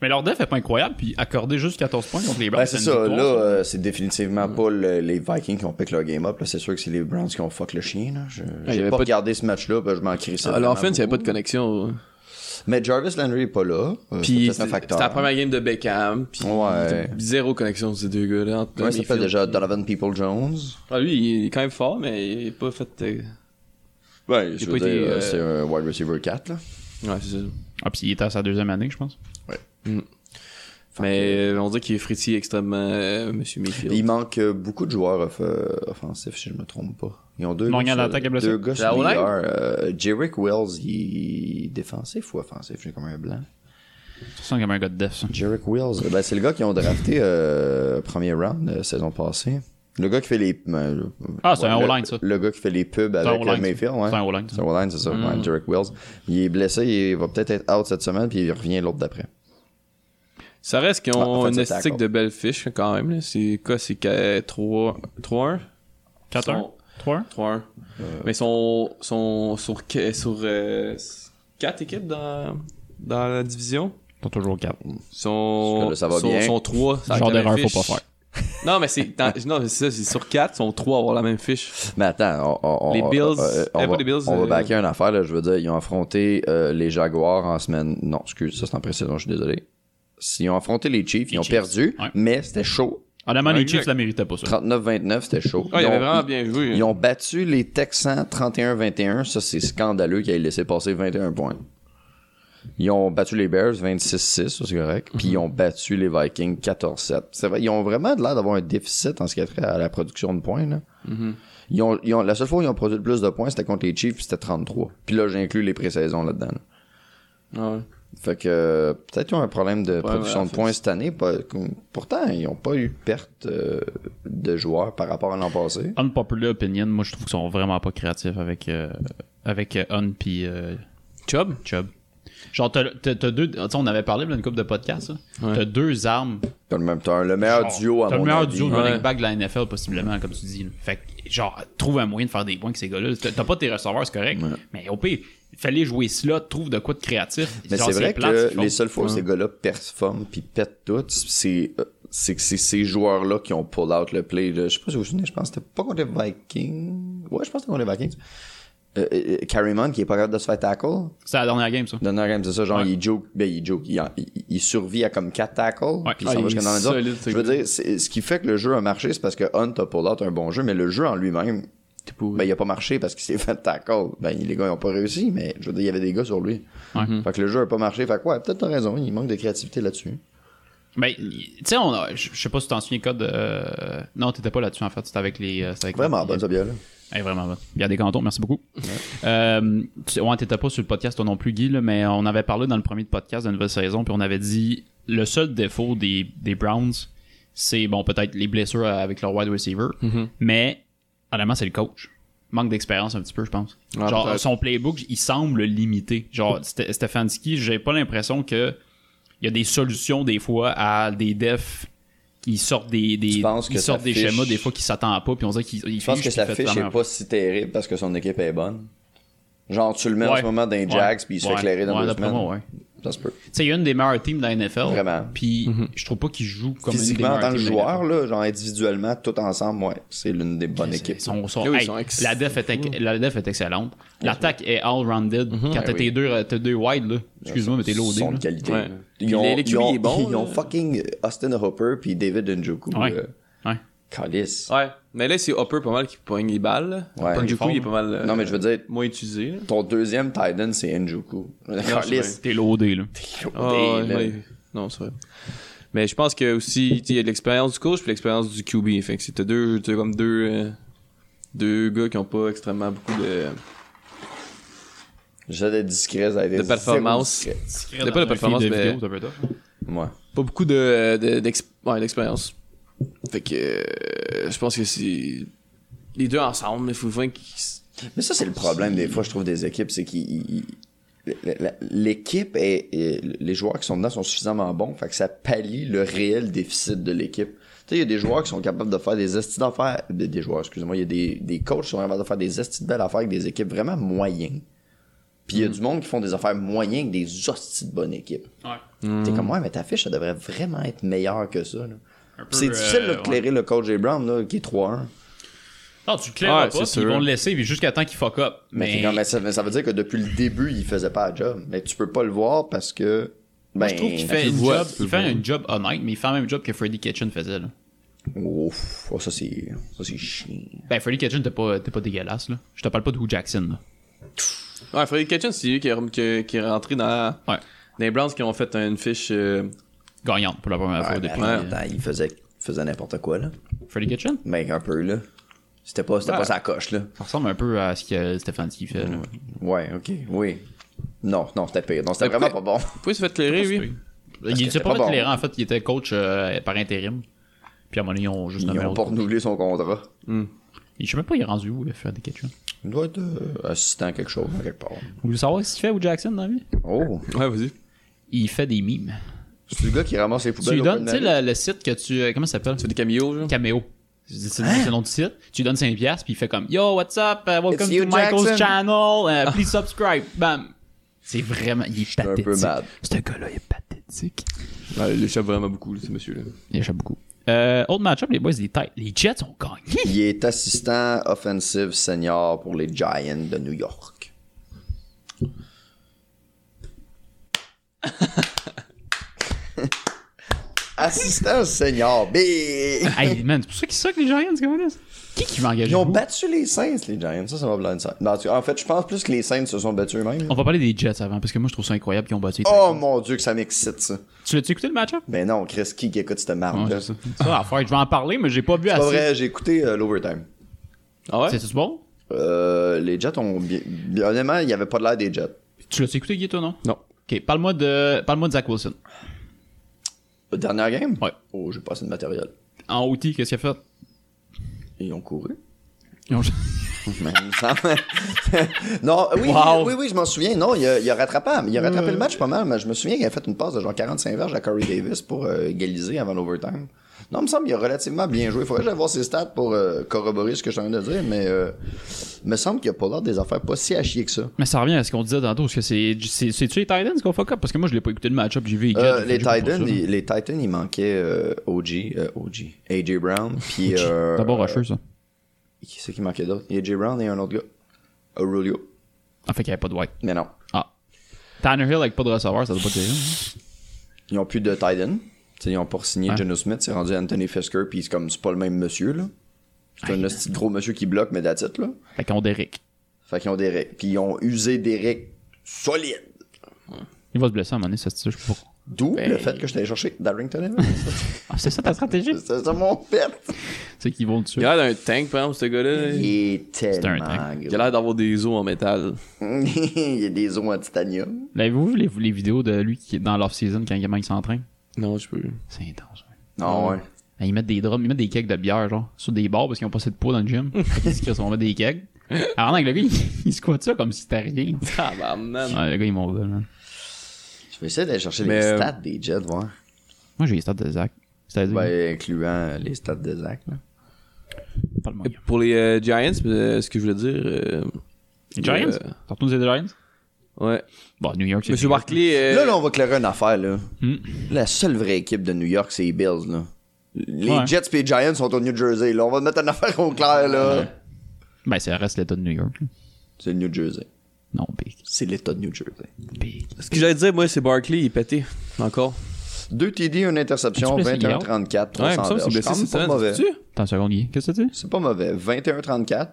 Mais leur def est pas incroyable, puis accorder juste 14 points contre les Browns. Ben, c'est une ça. victoire, Là, euh, c'est définitivement pas le- les Vikings qui ont pick leur game up. là. C'est sûr que c'est les Browns qui ont fuck le chien. Là. Je, il y j'ai avait pas pas, de- regardé ce match-là, ben, je m'en crie ça. Ah, vraiment L'offense, il n'y avait pas de beaucoup. connexion. là. Mais Jarvis Landry est pas là. Euh, Puis c'est peut-être un c'était facteur. c'était la première game de Beckham. Puis Ouais. Zéro connexion, ces deux gars-là. entre Comment il s'appelle Mayfield. déjà Donovan People Jones? Ah, lui, il est quand même fort, mais il est pas fait. euh, Ouais, je veux dire, euh, c'est un wide receiver 4. Là. Ouais, c'est ça. Ah, puis il était à sa deuxième année, je pense. Mais euh, on dirait qu'il est frétillé extrêmement, euh, Monsieur Mayfield. Il manque euh, beaucoup de joueurs off- euh, offensifs, si je me trompe pas. Ils ont deux Non, il y en a sur- l'attaque est blessé. deux gars La sur O-line? l'IR. Euh, Jerick Wells, il est défensif ou offensif? J'ai comme un blanc. Ça sent comme un gars de def, ça. Jarek Wills, ben, c'est le gars qui ont drafté euh, premier round euh, saison passée. Le gars qui fait les. euh, le- Ah, c'est un le- O-line, ça. Le gars qui fait les pubs un avec euh, O-line, ça. Mayfield, ouais. C'est un O-line, ça. Mm. C'est un O-line, c'est ça. ouais, Jarek Wills. Il est blessé, il va peut-être être out cette semaine, puis il revient l'autre d'après. Ça reste qu'ils Ah, en ont fait, une ça, c'est esthétique d'accord. de belles fiches quand même. là. C'est quoi C'est qu'à 3 3-1 4-1. 3-1. 3-1. Euh. Mais ils sont, sont sur, que- sur 4 équipes dans, dans la division. T'as toujours 4. Ils sont, Parce que là, ça va sont, bien. sont 3. Ce genre d'erreur, faut pas faire. Non, mais c'est dans- non, mais c'est ça, c'est sur 4, ils sont 3 à avoir la même fiche. Mais attends, on, on- Les on- Bills, euh, on eh, va, pas les Bills, on va euh, backer une affaire, là, je veux dire, ils ont affronté euh, les Jaguars en semaine. Non, excuse, ça c'est en pré-saison, je suis désolé. Ils ont affronté les Chiefs, ils ont Chiefs. perdu, Ouais. mais c'était chaud. Honnêtement, Ouais, les exact. Chiefs Ah, la méritaient pas, ça. 39-29, c'était chaud. Ah, il Ils avait ont- vraiment ils- bien joué. hein. Ils ont battu les Texans 31-21. Ça, c'est scandaleux qu'ils aient laissé passer 21 points. Ils ont battu les Bears 26-6, ça c'est correct. Puis ils ont battu les Vikings 14-7. C'est vrai, ils ont vraiment l'air d'avoir un déficit en ce qui a trait à la production de points. Là. Ils ont, ils ont- la seule fois où ils ont produit le plus de points, c'était contre les Chiefs, puis c'était 33. Puis là, j'inclus les pré-saisons là-dedans. là. Ouais. Fait que euh, peut-être qu'ils ont un problème de voilà, production de fait points cette année. pas- pourtant, ils n'ont pas eu perte euh, de joueurs par rapport à l'an passé. Unpopular opinion, moi je trouve qu'ils sont vraiment pas créatifs avec euh, avec euh, Hun puis euh, Chubb. Genre t'as t'as- t'as deux, tu sais, on avait parlé là, une couple de podcasts. là. T'as deux armes. Dans le même temps, le meilleur duo à T'as mon le meilleur avis. duo de running Ouais. back de la NFL possiblement, comme tu dis. là. Fait que genre trouve un moyen de faire des points avec ces gars-là. T'as t'as pas tes receveurs, c'est correct. Mais au pire, fallait jouer cela, trouve de quoi de créatif. Mais Genre, c'est vrai plate, que ils font- les seules fois où ces gars-là performent puis pètent tout, c'est euh, c'est que c'est ces joueurs-là qui ont pull out le play. là. Je sais pas si vous vous souvenez, je pense que c'était pas contre les Vikings. Ouais, je pense que c'était contre les Vikings. Euh, euh, Carryman qui est pas capable de se faire tackle. C'est la dernière game ça. Dans la game, c'est ça, genre, Ouais. il joke, ben, il joke, il, en- il- il survit à comme 4 tackles, puis il Ah, s'en il va est jusqu'à dans les solide, autres. ce Je veux gars. dire, c'est- ce qui fait que le jeu a marché, c'est parce que Hunt a pull out un bon jeu, mais le jeu en lui-même, T'es pourri. ben, il a pas marché parce qu'il s'est fait tackle. Ben, les gars, ils ont pas réussi, mais je veux dire, il y avait des gars sur lui. Ouais. Mm-hmm. Fait que le jeu a pas marché, fait que ouais, peut-être t'as raison, il manque de créativité là-dessus. Mais Ben, tu sais, on a- je je sais pas si tu t'en souviens, Code. euh, Non, t'étais pas là-dessus en fait. C'était avec les. euh, c'était avec Vraiment les- bonne, ça, bien, là. Elle est vraiment bonne. Il y a des cantons, merci beaucoup. Euh, tu sais, ouais, t'étais pas sur le podcast toi non plus, Guy, là, mais on avait parlé dans le premier podcast de la nouvelle saison, puis on avait dit le seul défaut des, des Browns, c'est bon, peut-être les blessures euh, avec leur wide receiver, Mm-hmm. mais honnêtement, c'est le coach. Manque d'expérience un petit peu, je pense. Ah, Ouais, Genre, peut-être. son playbook, il semble limité. Genre, Ste- Stefanski, j'ai pas l'impression que il y a des solutions des fois à des defs qui sortent des, des, Tu penses que ils sortent sa des fiche- schémas des fois qui s'attendent pas, puis on dirait qu'ils Je pense que sa fiche est pas si terrible parce que son équipe est bonne. Genre, tu le mets en Ouais. ce moment dans les Ouais. Jags, puis il se fait Ouais. éclairer dans Ouais, deux d'après semaines. moi, ouais. Ça se peut. Tu sais, il y a une des meilleures teams de la NFL. Vraiment. Puis Mhm. je trouve pas qu'ils jouent comme Physiquement, en une des meilleures tant que teams de la joueur, NFL. là, genre individuellement, tout ensemble, ouais, c'est l'une des bonnes équipes. Ils sont- sont- Là, Ah ils hey, sont ex- la, def est, ex- la def est excellente. L'attaque est all-rounded. Mhm. Quand Ben t'as tes deux, euh, t'as deux wide, là. Excuse-moi, mais t'es loadé. Sont de là. qualité. Ouais. là. Puis Ils ont, les- les ils ont- QB est bon, ils ont là. fucking Austin Hopper puis David Njoku. Ouais. euh, Ouais. Calisse. Ouais. Mais là, c'est Hopper pas mal qui poigne les balles. Ouais. Ouais. Du coup, Il est il est pas mal. euh, Non, mais je veux dire, Moins utilisé. là. ton deuxième Titan, c'est Njoku. Calisse. T'es loadé, là. Ah, Des- ouais, ouais. Non, c'est vrai. Mais je pense que aussi, tu sais, il y a de l'expérience du coach puis l'expérience du QB. Fait que c'était deux, t'as comme deux, euh, deux gars qui ont pas extrêmement beaucoup de, J'ai des discrets, ça a été de zéro performance. discret. C'était pas de performance, mais Ouais. pas beaucoup de, euh, de- d'ex- ouais, d'expérience. Fait que euh, je pense que c'est les deux ensemble, il faut vraiment qu'ils s- Mais ça, c'est le problème des fois, je trouve, des équipes, c'est qu'ils. ils- la- la- L'équipe et les joueurs qui sont dedans sont suffisamment bons, fait que ça pallie le réel déficit de l'équipe. Tu sais, il y a des joueurs qui sont capables de faire des estis d'affaires, des, des joueurs, excusez-moi, il y a des, des coachs qui sont capables de faire des estis de belles affaires avec des équipes vraiment moyennes. Puis il y a du monde qui font des affaires moyennes avec des hosties de bonnes équipes. T'es comme, ouais, mais ta fiche, ça devrait vraiment être meilleure que ça. là. Puis C'est difficile là, de clairer le coach Jay Brown, là, qui est 3-1. Non, tu le claires Ouais, pas, c'est puis ils sûr. vont le laisser puis jusqu'à temps qu'il fuck up. Mais, t'es Mais, comme, mais ça, mais ça veut dire que depuis le début, il faisait pas la job. Mais tu peux pas le voir parce que. Ben, je trouve qu'il fait, une vois, job, tu il le fait vois. un job honnête, mais il fait le même job que Freddy Kitchen faisait. Là. Ouf, oh, ça c'est. Ça c'est chiant. Ben, Freddy Kitchen, t'es pas, t'es pas dégueulasse. Là. Je te parle pas de Hugh Jackson. Là. Ouais, Freddy Kitchen, c'est lui qui est, qui est- qui est rentré dans, la- Ouais. dans les Browns qui ont fait une fiche euh, Gagnante pour la première fois Ouais, mais depuis. en même temps, Ah, ben, il faisait, faisait n'importe quoi, là. Freddy Kitchen? Mais un peu, là. C'était pas, c'était Ouais. pas sa coche, là. Ça ressemble un peu à ce que Stefanski fait. là. Ouais, ok, oui. Non, non, c'était pire. Non, c'était Mais vraiment pas pourquoi- bon. Pourquoi il s'est fait éclairer, lui? Il que était c'était pas pas bon. éclairant, en fait. Il était coach euh, par intérim. Puis à un moment donné, ils ont juste Ils nommé un ont autre pas coach. renouvelé son contrat. Je sais même pas, il est rendu où, le Freddy Kitchen. Il doit être euh, assistant à quelque chose, à quelque part. Vous voulez savoir ce qu'il fait au Jackson dans la vie? Oh, Ouais, vas-y. Il fait des mimes. c'est le gars qui ramasse les Tu poubelles. lui au donnes, coin tu de sais, la rue? le, le site que tu. euh, Comment ça s'appelle? Tu fais des caméos, genre. Cameo. C'est c'est Hein? le nom du site. Tu lui donnes 5 piastres, puis il fait comme Yo, what's up? Uh, welcome It's to Hugh Michael's Jackson. Ah. channel. Uh, please subscribe. Bam. C'est vraiment. Il est un peu pathétique. mad. Ce gars-là il est pathétique. Ouais, il échappe vraiment beaucoup, là, ce monsieur-là. Il échappe beaucoup. Euh, autre match-up, les boys, les, Titans- les Jets ont gagné. Il est assistant offensive senior pour les Giants de New York. assistant senior, B. Hey, man, c'est pour ça qu'ils suckent les Giants, comment ça? Qui qui va engager Ils ont ben- vous? battu les Saints, les Giants. Ça, ça va blindside. Ben, en tout cas, en fait, je pense plus que les Saints se sont battus eux-mêmes. On va parler des Jets avant, parce que moi, je trouve ça incroyable qu'ils ont battu. les Oh Titans. mon dieu, que ça m'excite, ça. Tu l'as-tu écouté le match-up? Ben non, Chris, qui qui écoute cette Ouais, marque là c'est ça. C'est ça, l'affaire. Je vais en parler, mais j'ai pas vu Pas assez. vrai, j'ai écouté euh, l'overtime. Ah ouais? C'est-tu bon? Euh, les Jets ont bien. bien- Honnêtement, il n'y avait pas de l'air des Jets. Tu l'as-tu écouté, Guy, toi, non? Non. OK, parle-moi de, parle-moi de Zach Wilson. Dernière game? Ouais. Oh, j'ai passé le matériel. En outil, qu'est-ce qu'il a fait? Et ils ont couru. Ils ont- Mais il me semble- non, oui, Wow. oui, oui, je m'en souviens. Non, il a, il a rattrapé, il a rattrapé le match pas mal, mais je me souviens qu'il a fait une passe de genre 45 verges à Corey Davis pour euh, égaliser avant l'overtime. Non, il me semble qu'il a relativement bien joué. Il faudrait que j'aille voir ses stats pour euh, corroborer ce que je suis en train de dire, mais euh, il me semble qu'il a pas l'air des affaires pas si à chier que ça. Mais ça revient à ce qu'on disait tantôt, parce que c'est, c'est, c'est-tu les Titans qu'on fuck up? Parce que moi, je l'ai pas écouté le match-up, j'ai vu les Euh, gars, j'ai les, pas Titans, ça. il, les Titans, il manquait euh, OG, euh, OG, AJ Brown, puis euh, D'abord, Rusher, ça. qui c'est qui manquait d'autre? AJ Brown et un autre gars, Aurelio. Ah, fait qu'il y avait pas de white. Mais non, Ah. Tanner Hill avec pas de receveur, ça doit pas être terrible. hein? Ils ont plus de Titan. T'sais, ils ont pas signé Ouais. Geno Smith, c'est rendu Anthony Fisker, puis c'est comme c'est pas le même monsieur là. C'est un petit gros monsieur qui bloque, mais that's it, là. Fait qu'on Derrick. Fait qu'ils ont des règles. Puis ils ont usé des règles solides. Il va se blesser à un moment donné, ça, c'est sûr, je sais pas pourquoi. D'où Ben. le fait que je t'ai cherché Darrington Evans. Ah, c'est ça ta stratégie? c'est ça mon fait. C'est qu'ils vont le tuer. Il a l'air d'un tank, par exemple, ce gars-là. Il Il est un tellement tank. a gros. l'air d'avoir des os en métal. il y a des os en titanium. L'avez-vous vu les, les vidéos de lui qui est dans l'off-season quand il s'entraîne? Non, je peux. C'est intense, ouais. Non, Ah, ouais. Hey, Ils mettent des drums, ils mettent des kegs de bière, genre, sur des bars parce qu'ils ont pas assez de poids dans le gym. Fait qu'ils disent qu'ils vont mettre des kegs. Alors, que le gars, il, il squatte ça comme si c'était rien. Tabarnak. Ouais, le gars, il m'en veut, man. Je vais essayer d'aller chercher Mais, les euh, stats des Jets, voir. Moi, j'ai les stats de Zach. C'est-à-dire, Ben, incluant les stats de Zach, là. parle-moi. Pour les euh, Giants, euh, ce que je voulais dire. euh, Les Giants? euh, T'as retourné les Giants? ouais. Bon, Bah, New York, c'est. Monsieur Barclay. euh, Là, là, on va éclairer une affaire, là. Hmm. La seule vraie équipe de New York, c'est les Bills, là. Les Ouais. Jets pis les Giants sont au New Jersey, là. On va mettre une affaire au clair, là. Ben, ça reste l'État de New York. là. C'est le New Jersey. Non, big. C'est l'État de New Jersey. Big. Ce que j'allais dire, moi, c'est Barkley, il est pété. Encore. Deux TD, une interception, As-tu blessé 21-34, 300 Ouais, il me semble que c'est verges. blessé cette C'est quand même semaine. pas mauvais. c'est-tu? Attends une seconde, Guy. Qu'est-ce que tu dis? C'est pas mauvais. 21-34,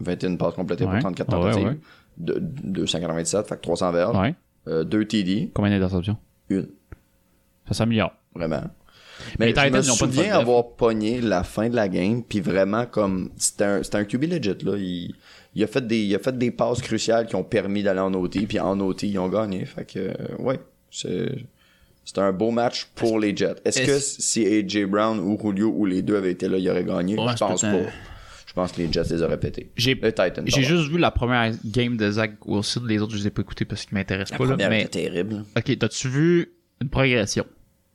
21 passes complétées Ouais. pour 34 Ah ouais, tentatives. ouais. De- 297, fait que 300 verges. Ouais. Euh, deux TD, Combien d'interceptions? une. Ça s'améliore. Vraiment. Mais Mais les je Titans, me ils ont pas de faute souviens de avoir pogné la fin de la game, puis vraiment comme c'était un, c'était un QB legit là. Il, il a fait des il a fait des passes cruciales qui ont permis d'aller en OT, puis en OT ils ont gagné. Fait que euh, ouais, c'est c'était un beau match pour les Jets. Est-ce que si AJ Brown ou Julio ou les deux avaient été là, ils auraient gagné Ouais, Je pense c'est pas. peut-être un- Je pense que les Jets les auraient pétés. J'ai- les Titans. J'ai juste vu la première game de Zach Wilson. Les autres, je les ai pas écoutés parce qu'ils m'intéressent pas. Là, mais... terrible. Ok, t'as-tu vu une progression?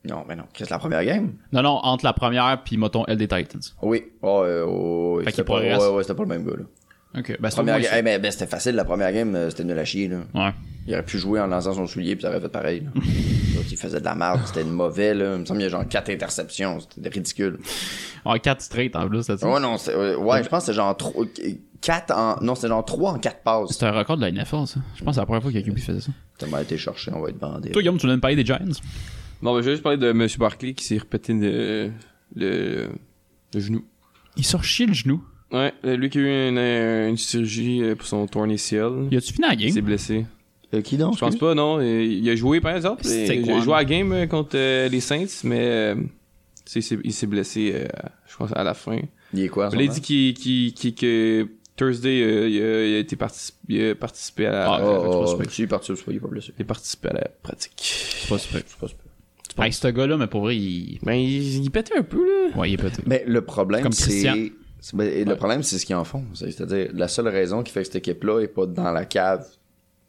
Non, mais non, qu'est-ce que la première game Non, non, entre la première puis, mettons, elle des Titans. Oui. Oh, euh, oh, oui, Fait c'était qu'il pas, progresse. ouais, ouais, c'était pas le même gars là. Ok, ben c'est Première moi, game- c'est- eh, mais, ben, c'était facile, la première game, euh, c'était nul à chier. Là. Ouais. Il aurait pu jouer en lançant son soulier, puis ça aurait fait pareil. là. L'autre, il faisait de la merde, c'était mauvais. Là. Il me semble qu'il y a genre 4 interceptions, c'était ridicule. En 4 Ah, straight en plus, c'est Ouais, non, c'est- euh, ouais, je pense que c'est genre 3, 4 en. Non, c'est genre 3 en 4 passes. C'est un record de la NFL, ça. Je pense que c'est la première fois qu'il y a quelqu'un qui faisait ça. T'as mal été cherché, on va être bandé. Toi, Guillaume, tu voulais me parler des Giants? Non, mais ben, je vais juste parler de Monsieur Barkley qui s'est répété le, le, le genou. Il sort chier le genou. Ouais, lui qui a eu une, euh, une chirurgie euh, pour son tourné ciel. Y a-tu fini la Il s'est game? blessé. Euh, qui donc Je pense pas, non. Euh, Il a joué, par exemple. C'est Il il quoi, a joué à la game euh, contre euh, les Saints, mais euh, tu sais, il s'est- il s'est blessé, euh, je pense, à la fin. Il est quoi Il a dit qu'il, qu'il- qu'il- que Thursday, euh, il, a, il a été partic- il a participé à la, Ah, oh, je sais pas si oh, c'est pas- si, il est parti, je sais pas, il est pas blessé. il a participé à la pratique. C'est pas super. Je sais pas, c'est pas- Hey, ce gars-là, mais pour vrai, il. Ben, il, il pétait un peu, là. Ouais, il est pété. Mais le problème, Comme Christian. c'est. c'est- ben, et Le problème, c'est ce qu'ils en font. C'est- C'est-à-dire, la seule raison qui fait que cette équipe-là est pas dans la cave.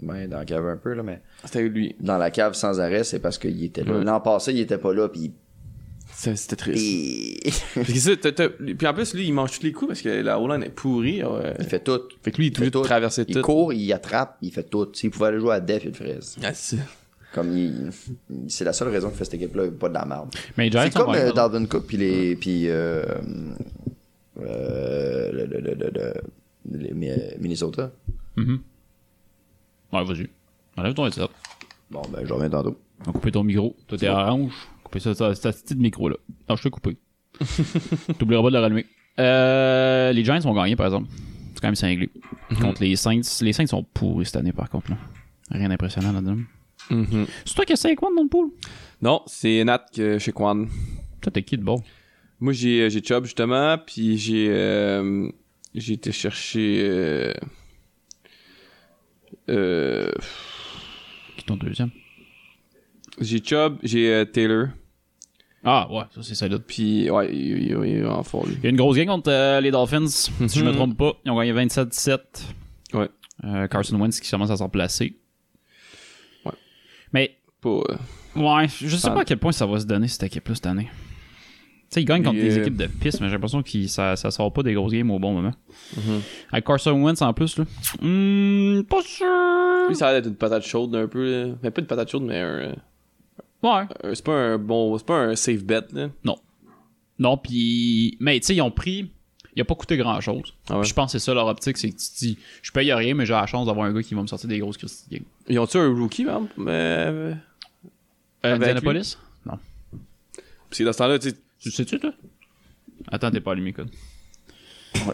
Ben, dans la cave un peu, là, mais. C'était lui. dans la cave sans arrêt, c'est parce qu'il était là. Ouais. L'an passé, il était pas là, puis Ça, C'était triste. il... Parce que ça, t'as- t'as- Puis en plus, lui, il mange tous les coups parce que la Hollande est pourrie. ouais. il fait tout. Fait que lui, il est fait obligé de tout. traverser Il tout. court, il attrape, il fait tout. S'il pouvait aller jouer à Def, il le ferait. Ah, c'est- Comme il... il- C'est la seule raison que fait cette équipe-là, pas de la merde. Mais les Giants, C'est comme on va- hein. euh, Dalvin Cook, puis les... Puis, euh, euh, le- le- le- le- le- les Mi- euh, Minnesota. Ouais, vas-y. Enlève ton headset. Bon, ben, je reviens tantôt. On va couper ton micro. Toi, t'es orange. Couper ça, ça, ça, ce petit micro-là. Non, je t'ai coupé. T'oublieras pas de le rallumer. Euh, les Giants ont gagné, par exemple. C'est quand même cinglé. Contre les Saints. Les Saints sont pourris cette année, par contre. Là. Rien d'impressionnant là-dedans. C'est toi qui as 5 dans le pool? Non, c'est Nat que chez Kwan. Toi, t'es qui de bon? Moi, j'ai euh, j'ai Chubb, justement, puis j'ai euh, j'ai été chercher... Euh, euh, Qui est ton deuxième? J'ai Chubb, j'ai euh, Taylor. Ah, ouais, ça, c'est solide. Puis, ouais, il, il- il est en fort, lui. Il y a une grosse gang contre euh, les Dolphins, si je me trompe pas. Ils ont gagné 27-17. Ouais. Euh, Carson Wentz qui commence à s'en replacer. Ouais. Mais Pas, euh, Ouais, je sais Ah. pas à quel point ça va se donner cette équipe-là cette année. Tu sais, ils gagnent contre Mais, des euh, équipes de piste, mais j'ai l'impression que ça, ça sort pas des grosses games au bon moment. Avec Carson Wentz en plus, là. Hmm, pas sûr. lui, ça a l'air d'être une patate chaude, un peu. là. Mais pas une patate chaude, mais un. euh, Ouais. un- c'est pas un bon. C'est pas un safe bet, là. Non, puis. Mais tu sais, ils ont pris. Il a pas coûté grand chose. Ah ouais. Je pense que c'est ça leur optique, c'est que tu te dis, je paye rien, mais j'ai la chance d'avoir un gars qui va me sortir des grosses crises de games. Ils ont-tu un rookie, par exemple? Euh, Euh, Avec Indianapolis Non. Parce que dans ce temps-là, tu sais, Tu sais-tu, toi Attends, t'es pas allumé, code.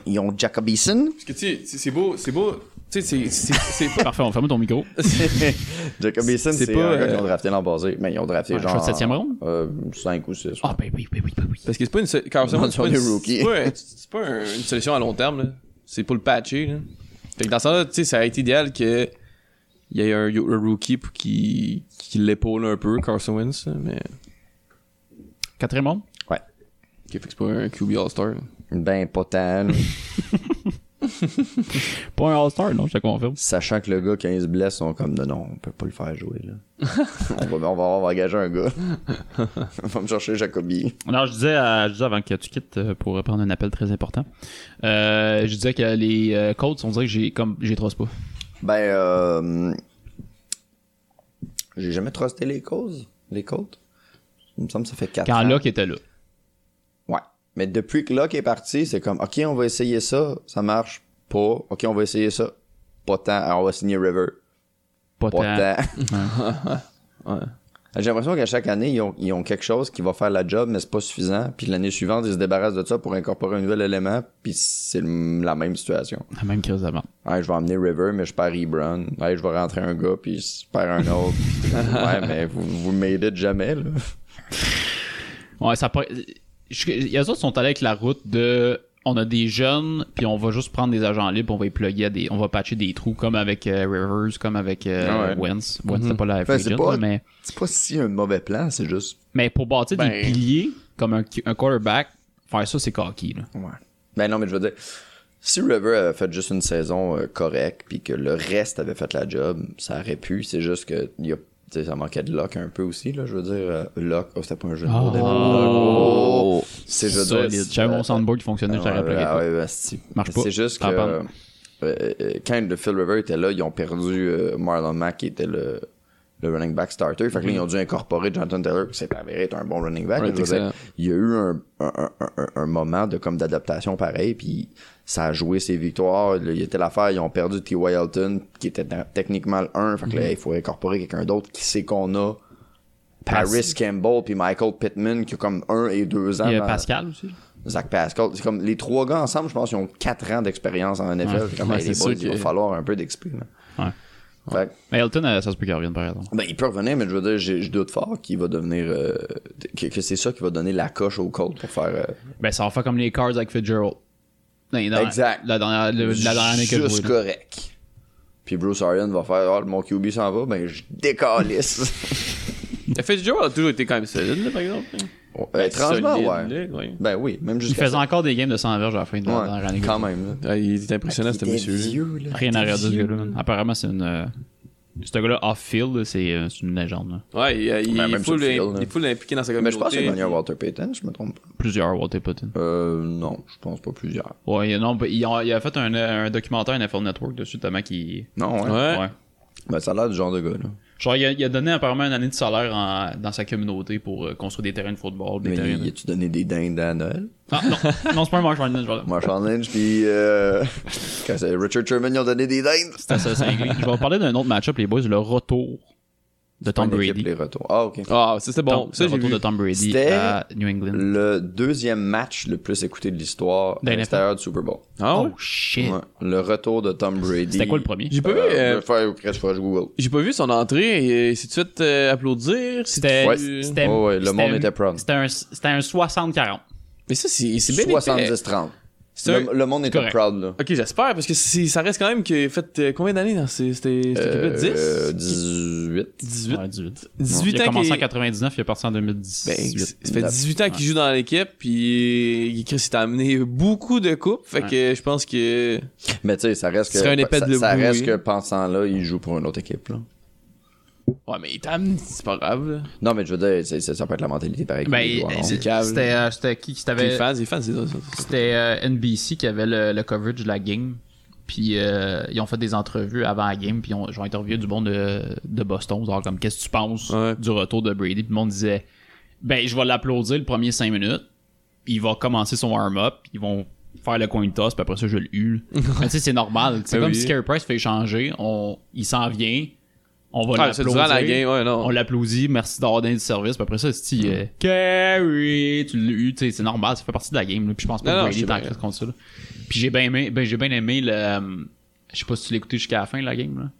Ils ont Jacob Eason. Parce que tu sais, c'est- c'est beau, c'est beau. Tu sais, c'est- c'est- c'est pas. Parfait, on ferme ton micro. Jacob Eason, C'est c'est pas, pas un gars euh, qu'ils ont drafté l'an passé. Mais ils ont drafté Un choix genre. de septième ronde? 5 ou 6. Ah, ben oui, ben oui, ben oui. Parce que c'est pas une. so- Carson, On c'est pas, est une, rookie. c'est pas, un- c'est pas un- une solution à long terme, là. C'est pour le patcher, là. Fait que dans ce temps-là, tu sais, ça a été idéal que. Il y ait un, un rookie pour qui, qui l'épaule un peu, Carson Wentz, là, mais. Quatrième ronde Ouais. Ok, fait que c'est pas un QB All-Star. là. Ben, pas tant. là. Pas un All-Star, non, je te confirme. Sachant que le gars, quand il se blesse, on est comme non, non, on peut pas le faire jouer. Là. on, va, on, va, on va engager un gars. on va me chercher Jacobi. Non, je disais, à- je disais avant que tu quittes euh, pour prendre un appel très important. Euh, je disais que les euh, Colts, on dirait que j'ai comme j'ai trop pas. Ben, euh, j'ai jamais trusté les causes. Les Colts. Il me semble que ça fait 4 Quand ans. Locke était là. Ouais. Mais depuis que Locke est parti, c'est comme, OK, on va essayer ça, ça marche pas. OK, on va essayer ça. Pas tant. Alors, on va signer River. Pas tant. Pas tant. J'ai l'impression qu'à chaque année, ils ont, ils ont quelque chose qui va faire la job, mais c'est pas suffisant. Puis l'année suivante, ils se débarrassent de ça pour incorporer un nouvel élément, puis c'est le- la même situation. La même crise d'avant. Ouais, je vais emmener River, mais je perds Ebron. Ouais, je vais rentrer un gars, puis je perds un autre. ouais, mais vous, vous m'aidez jamais, là. Ouais, ça pas. je- Les autres sont allés avec la route de. On a des jeunes, puis on va juste prendre des agents libres, on va y plugger à des. On va patcher des trous, comme avec euh, Rivers, comme avec euh, Ah ouais. Wentz. Wentz, c'était pas la Enfin, free c'est agent, pas- là, mais, C'est pas si un mauvais plan, c'est juste. mais pour bâtir des Ben- piliers, comme un, un quarterback, faire ça, c'est cocky, là. Ouais. Ben non, mais je veux dire, si River avait fait juste une saison euh, correcte, puis que le reste avait fait la job, ça aurait pu. C'est juste que il y a, tu sais, ça manquait de luck un peu aussi, là. Je veux dire, euh, luck, oh, c'était pas un jeu de mots. des- Oh. C'est je veux Ah. Solide. dire, J'avais mon euh, soundboard qui fonctionnait, je Ouais, t'aurais ouais, appelé. ouais, ouais, c'est- Marche pas. C'est juste que T'en parles. euh, euh, quand le Phil River était là, ils ont perdu euh, Marlon Mack qui était le, le running back starter. Fait que là, Mhm. ils ont dû incorporer Jonathan Taylor qui s'est avéré être un bon running back. Ouais, Mais je veux excellent. dire, il y a eu un, un- un- un- un moment de comme d'adaptation pareil, puis ça a joué ses victoires. Là, Il était l'affaire, ils ont perdu T. Elton qui était dans- techniquement le 1. Fait que Mhm. là, il faut incorporer quelqu'un d'autre qui sait qu'on a. Paris Campbell puis Michael Pittman qui a comme un et deux ans. Il y a dans- euh, Pascal aussi. Zach Pascal. C'est comme les trois gars ensemble, je pense qu'ils ont quatre ans d'expérience en NFL. C'est comme, ouais, hey, les c'est boys, sûr il va que- falloir un peu d'expérience. Ouais. Fait que, Mais Elton, euh, ça se peut qu'il revienne, par exemple. ben, il peut revenir, mais je veux dire, j'ai- je doute fort qu'il va devenir. euh, que, que c'est ça qui va donner la coche au Colt pour faire. euh, Ben, ça va faire comme les Cards avec Fitzgerald. Non, il est dans- Exact. La dernière, le- la dernière année que je juste jouais, là. correct. Puis Bruce Arian va faire Ah, mon QB s'en va, ben je décalisse. Fitzgerald a toujours été quand même solide, là, par exemple. hein. Ouais, ben, Étrangement, Solide, ouais. là, ouais. Ben oui, même Il jusqu'à. faisait encore des games de 100 verges à la fin de la Ouais, dernière année. que quand je même. là. Ah, il était impressionnant, ce Il était monsieur. vieux, là. jouais. Rien Il à était redire de ce vieux. gars-là, man. Apparemment, c'est une. euh, Ce gars-là, off-field, c'est euh, c'est une légende. là. Ouais, il, il, Ben, il même faut sur le field, l'im- là. il faut l'impliquer dans sa Mais communauté. je pense qu'il a gagné un Walter Payton, je me trompe pas. Plusieurs Walter Putin. Euh, non, je pense pas plusieurs. Ouais, il- non, ben, il a, il a fait un, euh, un documentaire NFL Network dessus, notamment qui. Non, ouais. Ouais. Ben, ça a l'air du genre de gars, là. Genre, il a, il a donné apparemment une année de salaire en- dans sa communauté pour euh, construire des terrains de football, des Mais terrains. y de- a-tu donné des dindes à Noël? Ah, non, non c'est pas un Marsh Madness, genre. Marshall Lynch, puis euh, quand c'est Richard Sherman, ils ont donné des dindes. C'était ça, cinglé. Je vais vous parler d'un autre match-up, les boys, le retour de Tom Une équipe, Brady. Oh. Les retours. Ah, ok. Ah, ça, c'était bon. Tom- ça, le j'ai retour vu. de Tom Brady C'était- à New England. Le deuxième match le plus écouté de l'histoire Dans à la l'extérieur du Super Bowl. Ah, ouais. Oh shit! Ouais. Le retour de Tom Brady. C'était quoi le premier? J'ai pas vu. Euh, euh, je vais faire- Chris, faut que je Google. J'ai pas vu son entrée. Il s'est tout de suite euh, applaudir. euh. C'était. Ouais. c'était- Ouais, ouais, le c'était- monde était proud. C'était un, c'était un 60-40. Mais ça, c'est c'est bien été- 70-30. C'est Le, le monde était correct. proud, là. Ok, j'espère, parce que c'est- ça reste quand même qu'il a fait euh, combien d'années dans ces- c'était cette équipe-là? 10? Euh, 18. 18? Ouais, 18. 18 il a ans commencé qu'il- en 99, il est parti en 2018. Ben, ça fait 18 ans qu'il joue dans l'équipe, puis il- Chris, il t'a amené beaucoup de coupes, fait que je pense que... Mais tu sais, ça reste que. Ce serait un épais ça, de ça bouée. reste que pensant là, il joue pour une autre équipe, là. Ouais, mais il t'a amené, c'est pas grave, là. Non, mais je veux dire, c'est- c'est- ça peut être la mentalité pareil. que Ben, les joueurs euh, ont. c'est- câble. c'était euh, c'était qui qui Les t'avait fans, les fans, c'est ça. ça. c'était euh, NBC qui avait le, le coverage de la game puis euh, ils ont fait des entrevues avant la game puis ils ont, ils ont interviewé du monde de, de Boston genre comme qu'est-ce que tu penses Ouais. du retour de Brady puis le monde disait ben je vais l'applaudir le premier 5 minutes il va commencer son warm-up ils vont faire le coin toss puis après ça je le hule Mais tu sais c'est normal c'est Ben comme oui. si Carey Price fait changer on, il s'en vient on va Ah, c'est l'applaudir durant la game, ouais, non. on l'applaudit, merci d'avoir donné du service. Puis après ça, Mm. si euh, Carrie, tu l'as eu, tu sais, c'est normal, ça fait partie de la game. là. Puis je pense pas Non, que non, Brady c'est est en vrai. crise contre ça. là. Puis j'ai bien aimé, ben, j'ai bien aimé le. euh, je sais pas si tu l'as écouté jusqu'à la fin de la game, là.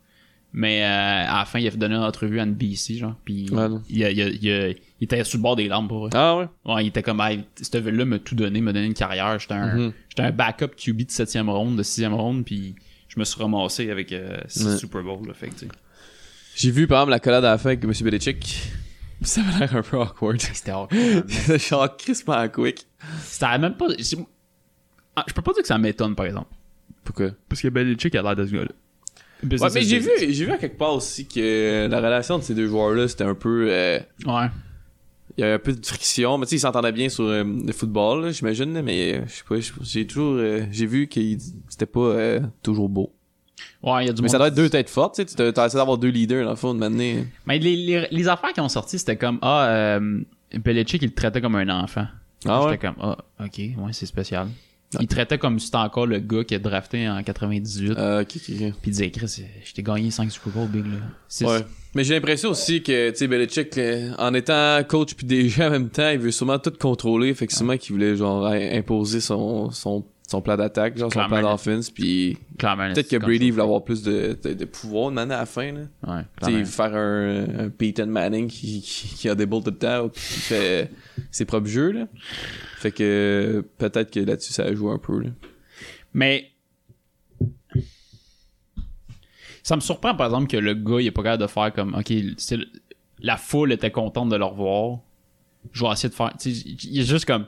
Mais euh, à la fin, il a fait donner une entrevue à NBC, genre. Puis Ouais, non. il, a- il a- il a- il était sur le bord des larmes pour vrai. Ah ouais? Ouais, il était comme, hey, cette ville-là m'a tout donné, m'a donné une carrière. J'étais un, Mm-hmm. j'étais un backup QB de 7e ronde, de 6e ronde, puis je me suis ramassé avec 6 Ouais. Super Bowl, là, fait que, tu sais. J'ai vu, par exemple, la collade à la fin avec M. Belichick. Ça m'a l'air un peu awkward. C'était hardcore, man. Genre, crispement quick. Ça a même pas. c'est- Ah, je peux pas dire que ça m'étonne, par exemple. Pourquoi? Parce que Belichick a l'air de ce gars-là. Ouais, mais j'ai vu, j'ai vu à quelque part aussi que la relation de ces deux joueurs-là, c'était un peu... euh, Ouais. Il y avait un peu de friction, mais tu sais, ils s'entendaient bien sur euh, le football, là, j'imagine, là, mais euh, je sais pas, je- j'ai toujours... euh, j'ai vu que c'était pas euh, toujours beau. Ouais, il y a du Mais monde- ça doit être deux têtes fortes, tu sais, tu t'as- t'as essayé d'avoir deux leaders, dans le fond, de m'amener... Mais les, les, les affaires qui ont sorti, c'était comme Ah, euh, Belichick, il le traitait comme un enfant. Ah ouais? Ah. J'étais comme Ah, ok, ouais, c'est spécial. Il traitait comme si c'était encore le gars qui a drafté en 98. Euh, ok, ok, ok. Puis il disait, Chris, je t'ai gagné 5 Super Bowl, Big, là. Six. Ouais. Mais j'ai l'impression aussi que, tu sais, Belichick, euh, en étant coach puis déjà en même temps, il veut sûrement tout contrôler. Fait que sûrement qu'il voulait, genre, i- imposer son, son, son plan d'attaque, genre son Clairement. plan d'offense. Puis Clairement. peut-être que c'est comme Brady ça. voulait avoir plus de, de, de pouvoir de manière à la fin, là. Tu Ouais, sais, clairement. faire un, un Peyton Manning qui, qui, qui a des balles tout le temps puis qui fait ses propres jeux, là. Fait que euh, peut-être que là-dessus, ça a joué un peu, là. Mais. Ça me surprend, par exemple, que le gars, il est pas capable de faire comme. Ok, c'est le- la foule était contente de le revoir. Je vais essayer de faire. tu sais, il est juste comme.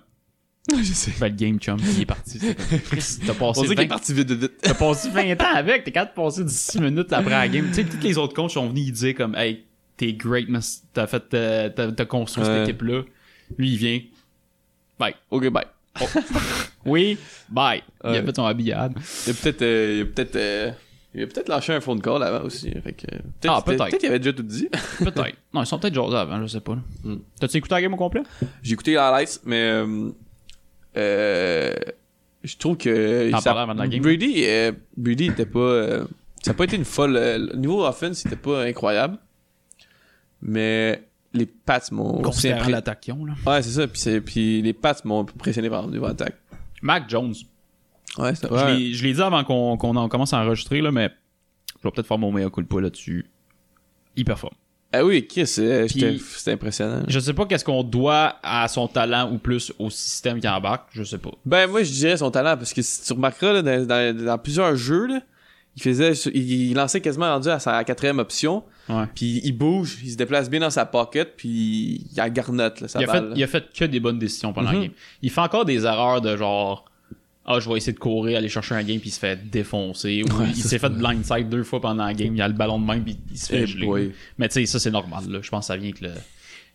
Je sais. Fais le game, chum. puis Il est parti. C'est comme, Chris, T'as On passé, dirait qu'il est 20... parti vite, vite, vite. t'as passé 20 ans avec. T'es capable de passer 16 minutes après la game. Tu sais, tous les autres coachs sont venus, ils disaient comme. Hey, t'es great, mais t'as fait. euh, T'as t'as construit Ouais. cette équipe-là. Lui, il vient. Bye. Ok, bye. Oui, bye. Il a Ouais. fait son habillade. Il a peut-être euh, il a peut-être euh, il a peut-être lâché un phone call avant aussi. Fait que, euh, peut-être, Ah, peut-être. qu'il avait déjà tout dit. Peut-être. Non, ils sont peut-être jasés avant, je sais pas. là. T'as-tu écouté la game au complet? J'ai écouté highlights, mais euh, euh, je trouve que T'en ça- parlais avant de la game. Brady euh, Brady était pas euh, ça a pas été une folle euh, le niveau offense c'était pas incroyable. Mais les Pats m'ont aussi Considérant impré- l'attaque qu'ils ont, là. Ouais, c'est ça puis, c'est- puis les Pats m'ont impressionné par le niveau attaque. Mac Jones. Ouais, c'est Je l'ai- Je l'ai dit avant qu'on qu'on en commence à enregistrer, là, mais je vais peut-être faire mon meilleur coup de poids là-dessus. Il performe. Ah oui, Chris, euh, Puis- j'étais- c'était impressionnant. Je sais pas qu'est-ce qu'on doit à son talent ou plus au système qui embarque, je sais pas. Ben, moi, je dirais son talent, parce que si tu remarqueras, là, dans, dans- dans plusieurs jeux, là, il faisait, il, il lançait quasiment rendu à sa quatrième option, Ouais. puis il bouge, il se déplace bien dans sa pocket, puis il la garnotte, là, sa Il a, fait, balle. là. il a fait que des bonnes décisions pendant Mhm. la game. Il fait encore des erreurs de genre Ah, je vais essayer de courir, aller chercher un game, puis il se fait défoncer. Ou il s'est fait blindside deux fois pendant la game, il a le ballon de main, puis il se fait Eh geler. boy. Mais tu sais, ça c'est normal. là. Je pense que ça vient que le.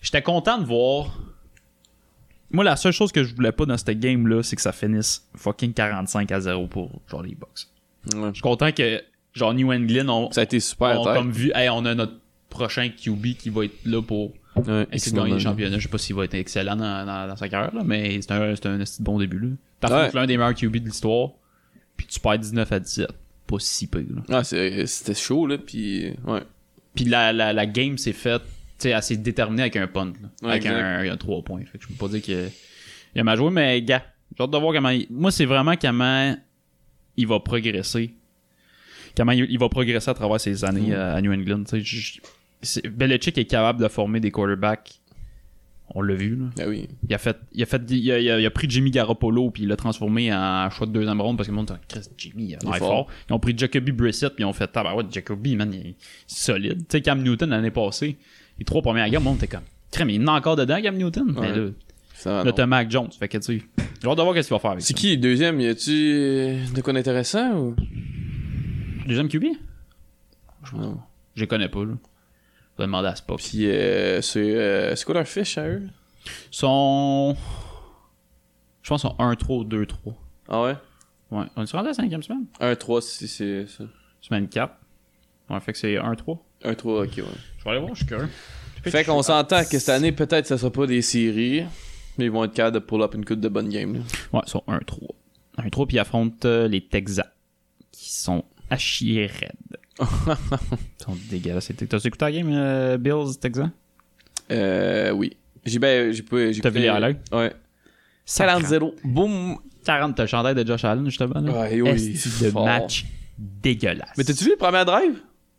J'étais content de voir. Moi, la seule chose que je voulais pas dans cette game-là, c'est que ça finisse fucking 45 à 0 pour genre les Bucks. Ouais. Je suis content que genre New England ont, Ça a été super, ont tête. comme vu, hey, on a notre prochain QB qui va être là pour Ouais, essayer de gagner le championnat. Je sais pas s'il va être excellent dans, dans- dans sa carrière, là, mais c'est un, c'est un esti de bon début. là. T'affrontes Ouais. l'un des meilleurs QB de l'histoire, puis tu perds 19 à 17. Pas si peu. Là. Ah, c'est- c'était chaud, là, puis... Ouais. Puis la, la, la game s'est faite, tu sais, elle s'est déterminée avec un punt, là, Ouais, avec exact. un, 3 points. Fait que je peux pas dire qu'il il a mal joué, mais gars, j'ai hâte de voir comment. il- Moi, c'est vraiment comment il va progresser. Comment il, il va progresser à travers ses Mm. années euh, à New England. tu sais. Je- je- c'est- Belichick est capable de former des quarterbacks. On l'a vu, là. Ah oui. Il a fait, il a fait, il a, il a- il a pris Jimmy Garoppolo puis il l'a transformé en choix de deuxième ronde parce que le monde dit Chris Jimmy, il a l'air est fort. fort. Ils ont pris Jacoby Brissett puis ils ont fait tabarouette Jacoby, man, il est solide. Tu sais Cam Newton l'année passée, les trois premières games, le monde était comme crème, il est encore dedans Cam Newton. Mais Ouais. là, Ça va, là non. t'as Mac Jones, fait que tu sais, j'ai hâte de voir qu'est-ce qu'il va faire avec C'est ça. qui le deuxième Y a-tu euh, de quoi d'intéressant ou Deuxième QB Non. Je les connais pas. Là. Faut demander à Spock. Puis euh, c'est euh, c'est quoi leur fiche à eux Sont, je pense, sont 1-3 2-3. Ah ouais Ouais, on est rendu à la cinquième semaine. 1-3 si c'est ça. Semaine 4. Ouais, fait que c'est 1-3. 1-3, ok, ouais. Je vais aller voir, je suis curieux. Fait qu'on s'entend que cette année, peut-être, ça sera pas des séries, mais ils vont être capables de pull up une coupe de bonnes games. là. Ouais, ils sont 1-3. 1-3, puis ils affrontent euh, les Texans, qui sont à chier raides. ils sont dégueulasses. les Texans. T'as écouté la game euh, Bills Texans? Euh, oui. J'ai ben, j'ai pas. j'ai T'as vu écouté- les highlights? Ouais. 40-0. Boum. 40, t'as le chandail de Josh Allen, justement. Là. Ouais, oui, Esti de fort. match dégueulasse. Mais t'as-tu vu le premier drive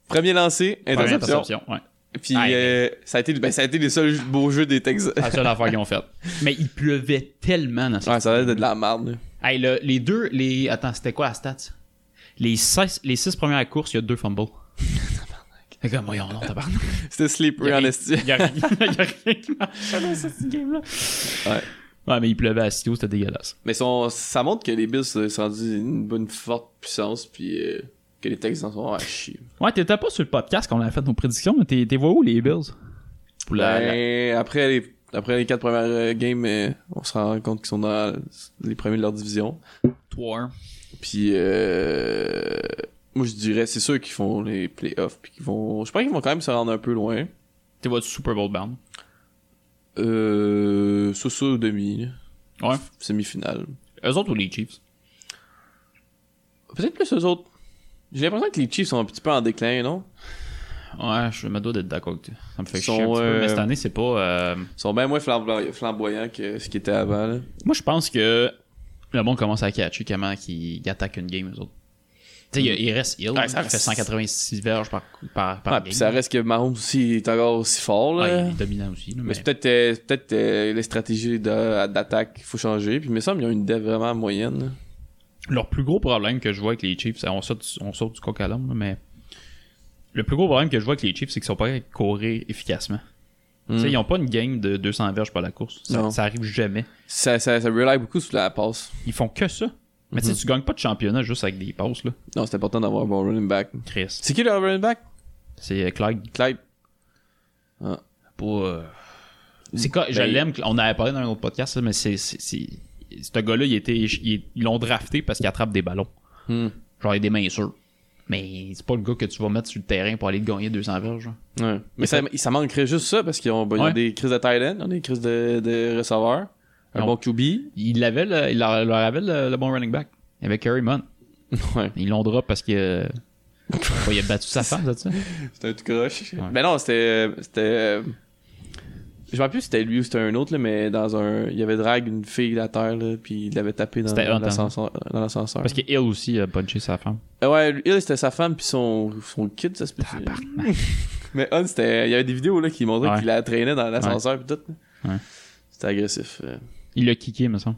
Premier lancé, Première interception. interception, ouais. Puis Aïe. Ah, euh, ça, a été, ben, ça a été les seuls beaux jeux des Texans. La seule affaire qu'ils ont faite. Mais il pleuvait tellement dans cette Ouais, ça a l'air de la merde. là. Hey, le- les deux, les. Attends, c'était quoi la stat? ça? Les six, les six premières courses, il y a deux fumbles. Les gars, voyons, non, tabarnak. C'était slippery en esti. Il y a rien il y a rien qui marchait dans cette game-là. Ouais. Ouais, mais il pleuvait à Sio, c'était dégueulasse. Mais son- ça montre que les Bills euh, sont rendus une bonne forte puissance, puis euh, que les Texans sont à chier. Ouais, t'étais pas sur le podcast qu'on a fait nos prédictions, mais t'es, t'es vois où les Bills? Pour la- la- Ben, après les après les quatre premières euh, games, euh, on se rend compte qu'ils sont dans les premiers de leur division. 3-1. Puis euh, moi je dirais c'est sûr qu'ils font les playoffs puis qu'ils vont je pense qu'ils vont quand même se rendre un peu loin. T'es vois du Super Bowl bound. Euh ça ça, demi, là. Ouais. semi-finale. Eux autres ou les Chiefs? Peut-être plus eux autres. J'ai l'impression que les Chiefs sont un petit peu en déclin, non Ouais, je me dois d'être d'accord avec toi. Ça me fait Ils chier un sont, petit peu, euh, mais cette année, c'est pas. euh, Ils sont bien moins flamboy- flamboyants que ce qui était avant. Là. Moi, je pense que le monde commence à catcher comment qu'ils attaquent une game, eux autres. Tu sais, il- il reste Hill, Mm. Ouais, qui ça fait reste- 186 verges par, par, par Ah, game. puis ça reste que Mahomes aussi est encore aussi fort là. Ouais, il est dominant aussi. là, Mais mais c'est peut-être euh, c'est peut-être euh, les stratégies de- d'attaque qu'il faut changer. Puis il me semble qu'ils ont une dev vraiment moyenne. Leur plus gros problème que je vois avec les Chiefs, on saute, on saute du coq à l'âne, là, mais le plus gros problème que je vois avec les Chiefs, c'est qu'ils sont pas capables de courir efficacement. Tu sais, ils ont pas une game de 200 verges par la course. Ça, Hmm. Non. ça arrive jamais. Ça, ça, ça rely beaucoup sur la passe. Ils font que ça. Mais Hmm. tu sais, tu gagnes pas de championnat juste avec des passes, là. Non, c'est important d'avoir un bon running back. Chris. C'est qui le running back C'est euh, Clyde. Clyde. pas. euh, C'est quoi, je Ben, l'aime. On en avait parlé dans un autre podcast, ça, mais c'est. c'est- c'est- Ce gars-là, il était, il- ils l'ont drafté parce qu'il attrape des ballons. Hmm. Genre, il a des mains sûres. Mais c'est pas le gars que tu vas mettre sur le terrain pour aller te gagner 200 verges. genre. Ouais. Mais ça, ça manquerait juste ça parce qu'ils ont, ben, ils ont Ouais. des crises de tight end, ils ont des crises de, de receveurs, un Non. bon QB. Il, l'avait le- il leur, leur avait le, le bon running back. Il avait Curry Munn. Ouais. Ils l'ont drop parce que. euh, ouais, il a battu sa femme, c'est ça? C'était un tout croche. Mais non, c'était. c'était euh, Je me rappelle plus si c'était lui ou c'était un autre, là, mais dans un. Il avait drague une fille à terre, là, puis il l'avait tapé dans C'était dans Hunt, hein. l'ascenseur. dans l'ascenseur. Parce que Hill aussi a punché sa femme. Euh, Ouais, lui, il, c'était sa femme puis son, son kid, ça se peut. Mais Hunt, c'était. Il y avait des vidéos là, qui montraient Ouais. qu'il la traînait dans l'ascenseur pis tout. là. Ouais. C'était agressif. euh. Il l'a kické, me semble.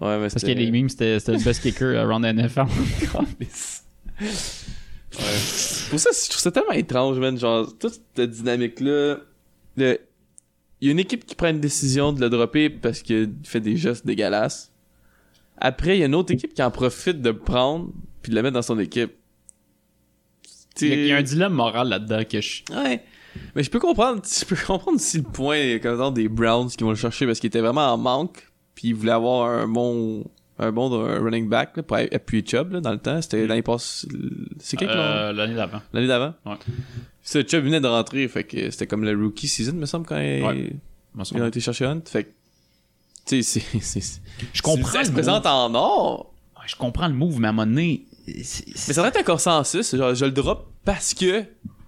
Ouais, mais Parce que c'était- les memes, c'était c'était le best kicker around the NFL. Je trouve ça, je trouve ça tellement étrange, man. Genre, toute cette dynamique-là. le- Il y a une équipe qui prend une décision de le dropper parce qu'il fait des gestes dégueulasses. Après, il y a une autre équipe qui en profite de le prendre puis de le mettre dans son équipe. il y a- il y a un dilemme moral là-dedans que je. Ouais. Mais je peux comprendre, je peux comprendre si le point est comme dans des Browns qui vont le chercher parce qu'il était vraiment en manque, puis il voulait avoir un bon un bon euh, running back là, pour appuyer Chubb là, dans le temps, c'était l'année passée. C'est quel l'an- Euh, L'année d'avant. l'année d'avant Ouais. Ça, Chubb venait de rentrer, fait que c'était comme la rookie season me semble quand il- Ouais. Je me ils ont souviens. été chercher Hunt, fait que tu sais c'est c'est Je comprends. ça se le présente en or. Ouais, Je comprends le move, mais à un moment donné. c'est- Mais c'est- ça doit être un consensus, genre je le drop parce que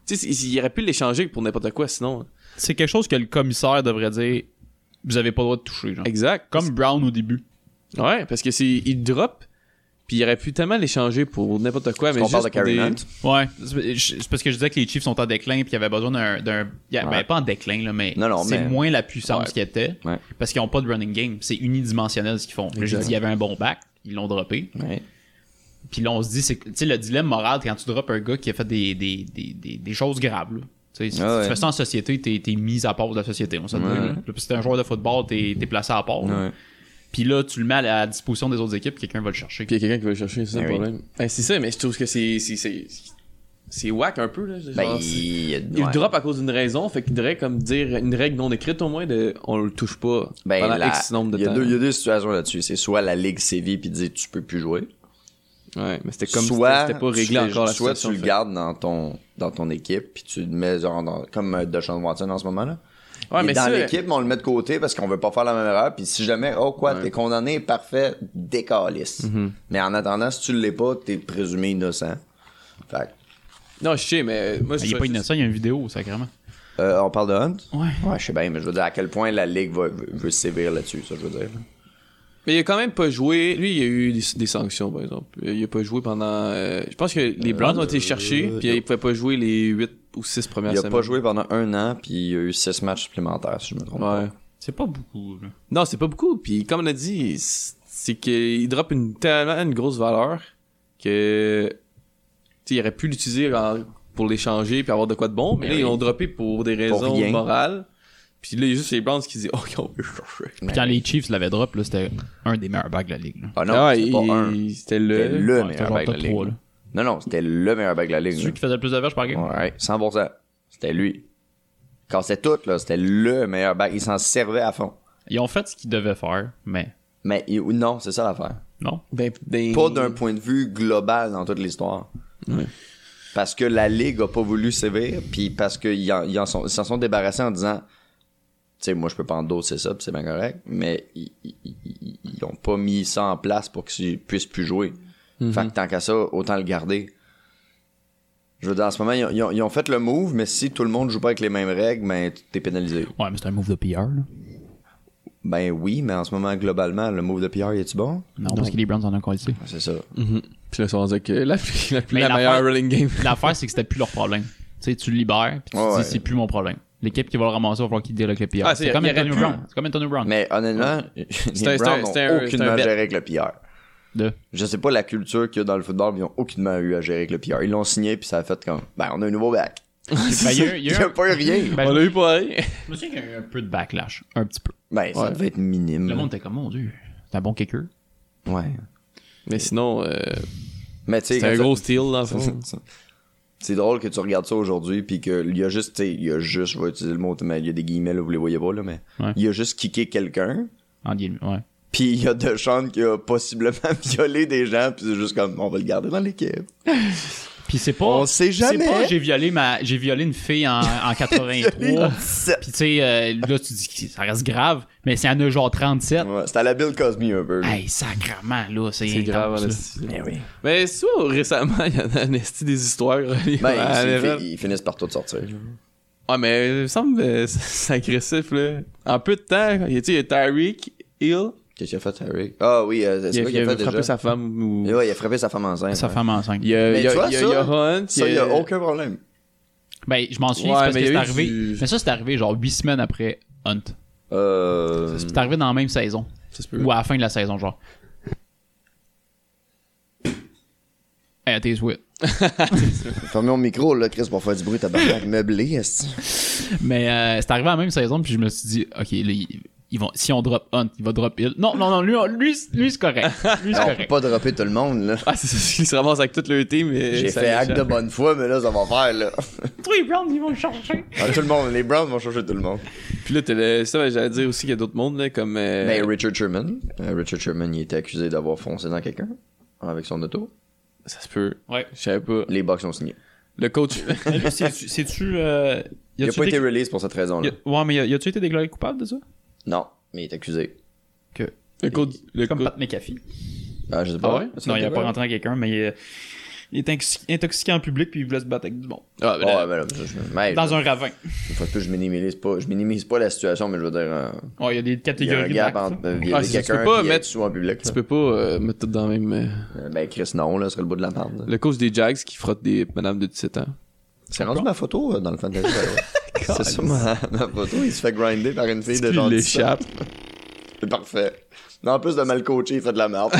tu sais il il aurait pu l'échanger pour n'importe quoi sinon. C'est quelque chose que le commissaire devrait dire vous avez pas le droit de toucher. Genre. Exact. Comme Brown au début. Ouais, parce que c'est il drop Puis il aurait pu tellement l'échanger pour n'importe quoi, mais qu'on juste parle de pour Carey des- Hunt? Ouais, c'est c'est parce que je disais que les Chiefs sont en déclin, puis il y avait besoin d'un. d'un- il y a- Ben, pas en déclin, là, mais Non, non, c'est mais- moins la puissance Ouais. qu'ils étaient, Ouais. parce qu'ils n'ont pas de running game. C'est unidimensionnel ce qu'ils font. Là, j'ai dit, il y avait un bon back, ils l'ont droppé. Ouais. Puis là, on se dit, c'est que- tu sais, le dilemme moral, quand tu droppes un gars qui a fait des, des, des, des, des choses graves, là. Tu sais, si Ah ouais. tu fais ça en société, t'es es mis à part de la société, on se le dit. là. Puis Si t'es un joueur de football, t'es es placé à part. là. Puis là, tu le mets à la disposition des autres équipes, quelqu'un va le chercher. Puis il y a quelqu'un qui va le chercher, c'est ça le Ben oui. problème. Eh, c'est ça, mais je trouve que c'est. c'est- C'est c'est whack un peu, là. Genre, Ben, c'est- il, Il ouais. le drop à cause d'une raison, fait qu'il devrait comme dire une règle non écrite au moins de on le touche pas Ben, pendant la- X nombre de il y a temps. deux- il y a deux situations là-dessus. C'est soit la Ligue sévit puis dit tu peux plus jouer. Ouais, mais c'était comme soit, c'était- c'était pas tu réglé fais- encore la Soit situation, tu le fait. gardes dans ton, dans ton équipe puis tu le mets genre dans- comme euh, Deshaun Watson en ce moment là. Ouais, Il mais est dans ça- euh, l'équipe, mais on le met de côté parce qu'on veut pas faire la même erreur. Puis si jamais, oh quoi, t'es condamné, parfait, décalisse. Mm-hmm. Mais en attendant, si tu l'es pas, t'es présumé innocent. Fait Non, je sais, mais moi je Ben, il est trouvais pas ça- innocent, il y a une vidéo, sacrément. que, euh, on parle de Hunt? Ouais. Ouais, je sais bien, mais je veux dire à quel point la Ligue va- veut, veut se sévir là-dessus, ça je veux dire. Mais il a quand même pas joué. Lui, il a eu des, des sanctions, par exemple. Il a pas joué pendant. euh, je pense que les Browns ont été cherchés, puis il pouvait pas jouer les 8 ou 6 premières euh, Il a semaines. pas joué pendant un an, puis il y a eu six matchs supplémentaires, si je me trompe pas. Ouais. C'est pas beaucoup, là. Non, c'est pas beaucoup. Puis comme on a dit, c'est qu'il drop une, tellement une grosse valeur que. Tu sais, il aurait pu l'utiliser en- pour l'échanger puis avoir de quoi de bon, mais, Mais là, Ben oui. ils l'ont droppé pour des raisons rien. morales. Puis là, il y a juste les Browns qui disent Oh, on peut changer. Puis quand les Chiefs l'avaient drop, là, c'était un des meilleurs bacs de la ligue. Là. Ah non, Ah, c'est il- pas un. C'était C'était le. le Ouais, c'était meilleur genre back de la top trois, ligue. là. Non, non, c'était le meilleur back de la ligue. Celui qui faisait le plus de verges par game. là. Ouais, 100%. C'était lui. Quand c'était tout, là, c'était le meilleur back. Il s'en servait à fond. Ils ont fait ce qu'ils devaient faire, mais Mais il- non, c'est ça l'affaire. non. Ben, ben- Pas d'un point de vue global dans toute l'histoire. Parce que la ligue a pas voulu sévir, puis parce qu'ils en, ils en sont- ils s'en sont débarrassés en disant, tu sais, moi je peux pas endosser ça, puis c'est bien correct, mais ils, ils- ils- ils ont pas mis ça en place pour qu'ils puissent plus jouer. Fait que tant qu'à ça, autant le garder. Je veux dire, en ce moment, ils ont, ils ont- ils ont fait le move, mais si tout le monde joue pas avec les mêmes règles, ben t'es pénalisé. Ouais, mais c'est un move de PR. Là. Ben oui, mais en ce moment, globalement, le move de Pierre, est tu bon? Non, parce que les Browns en ont qualifié. C'est ça. Puis là, ils sont rendus que la, la, Mais la l'affaire- meilleure running game. L'affaire, c'est que c'était plus leur problème. Tu sais, tu le libères, puis tu Ouais, te ouais. dis, c'est plus mon problème. L'équipe qui va le ramasser, va falloir qu'il deal avec le PR. Ah, c'est- c'est comme il aurait Antonio pu. Brown. C'est comme Antonio Brown. Mais honnêtement, un- les c'est un- Browns c'est un- n'ont c'est un aucunement bet. géré avec le PR. De- Je sais pas la culture qu'il y a dans le football, mais ils ont aucunement eu à gérer avec le PR. Ils l'ont signé, puis ça a fait comme, ben, on a un nouveau bac. Ben, il y a eu- il y a eu Il y a un- pas eu rien. Ben, On l'a eu pour rien. Je me souviens qu'il y a eu un peu de backlash. Un petit peu. Ben, ça devait être minime. Le monde était comme, mon Dieu, c'est un bon kicker. Ouais. Mais sinon, euh, Mais tu sais, c'est un quand gros ça- steal, dans le fond. C'est drôle que tu regardes ça aujourd'hui, puis qu'il y a juste, tu sais, il y a juste, je vais utiliser le mot, mais il y a des guillemets, là, vous les voyez pas, là, mais il Ouais. y a juste kické quelqu'un, En guillemets, ouais. puis il y a Deschamps qui a possiblement violé des gens, puis c'est juste comme, on va le garder dans l'équipe. Puis c'est pas. On sait C'est jamais. pas, j'ai violé, ma, j'ai violé une fille en, en 83. Puis tu sais, euh, là, tu dis que ça reste grave, mais c'est à 9 genre 37. Ouais, c'était à la Bill Cosby un peu. là. Hey, sacrement, là, c'est, C'est grave, intense, en là. esti. Mais oui. Mais ça, récemment, il y en a un esti des histoires reliées Ben, à ils- ils, l'erreur. ils finissent par tout sortir. Ah, mais il me semble que c'est agressif, là. En peu de temps, il y a, tu sais, il y a Tyreek Hill. Qu'est-ce qu'il a fait, Eric? Ah oui, euh, c'est Il ça a, qu'il il a fait a déjà. frappé sa femme ou... Et ouais, il a frappé sa femme enceinte. Sa ouais. femme enceinte. Il y a, Mais il y a, tu vois, il y a, ça, il y a Hunt, Ça, il il y y a aucun problème. Ben, je m'en souviens, Ouais, c'est parce mais que il y c'est a arrivé. eu du- Mais ça, c'est arrivé genre 8 semaines après Hunt. Euh... C'est arrivé dans la même saison. Ça se peut. Ou à la fin de la saison, genre. Hey, t'es sweet. Fermez mon micro, là, Chris, pour faire du bruit, tabarnak meublé, est Mais euh, c'est arrivé à la même saison, puis je me suis dit, ok, là, ils, ils vont, si on drop Hunt, il va drop Hill. Non, non, non, lui, on- lui, c'est- lui c'est correct. Lui, c'est On peut correct. pas dropper tout le monde, là. Ah, c'est ça, il se ramasse avec tout le team. et J'ai euh, ça fait acte l'échappe. de bonne foi, mais là, ça va faire, là. Tous les Browns, ils vont le chercher. Ah, tout le monde, les Browns vont changer tout le monde. Puis là, t'as le... ça, ben, j'allais dire aussi qu'il y a d'autres mondes, là, comme... euh, Mais Richard Sherman, euh, Richard Sherman, il était accusé d'avoir foncé dans quelqu'un avec son auto. Ça se peut. Ouais. Je savais pas. Les Bucks ont signé. Le coach... Mais Ah, lui, c'est-tu- C'est-tu. euh, Il a a-tu pas été release pour cette raison-là. y a- Ouais, mais y a- y a-tu été déclaré coupable de ça? Non, mais il est accusé. Que. le coach... Le Comme coach... Pat McAfee. Ah, je sais pas. Ah ouais? Ça, Non, il a t'es pas vrai? rentré à quelqu'un, mais euh, il est intoxi- intoxiqué en public puis il voulait se battre avec du monde. Ah, ben, Ouais, là, ben là, je- je- mais, Dans je- un ravin. une fois de plus, je minimise pas, je minimise pas la situation, mais je veux dire, euh, Ouais, il y a des il y a un catégories gap d'actes, entre euh, violer Ah, c'est ça, tu quelqu'un peux pas et mettre- mettre sous en public. tu là. peux pas euh, mettre tout dans le même. euh, Euh, Ben Chris, non, là, ce serait le bout de la merde. là. Le coach des Jags qui frotte des madames de 17 ans. C'est rendu ma photo euh, dans le fantasy. Battle. c'est ça ma, ma photo, il se fait grinder par une fille de Il genre 17 ans. l'échappe. C'est parfait. Mais en plus de mal coacher, il fait de la merde.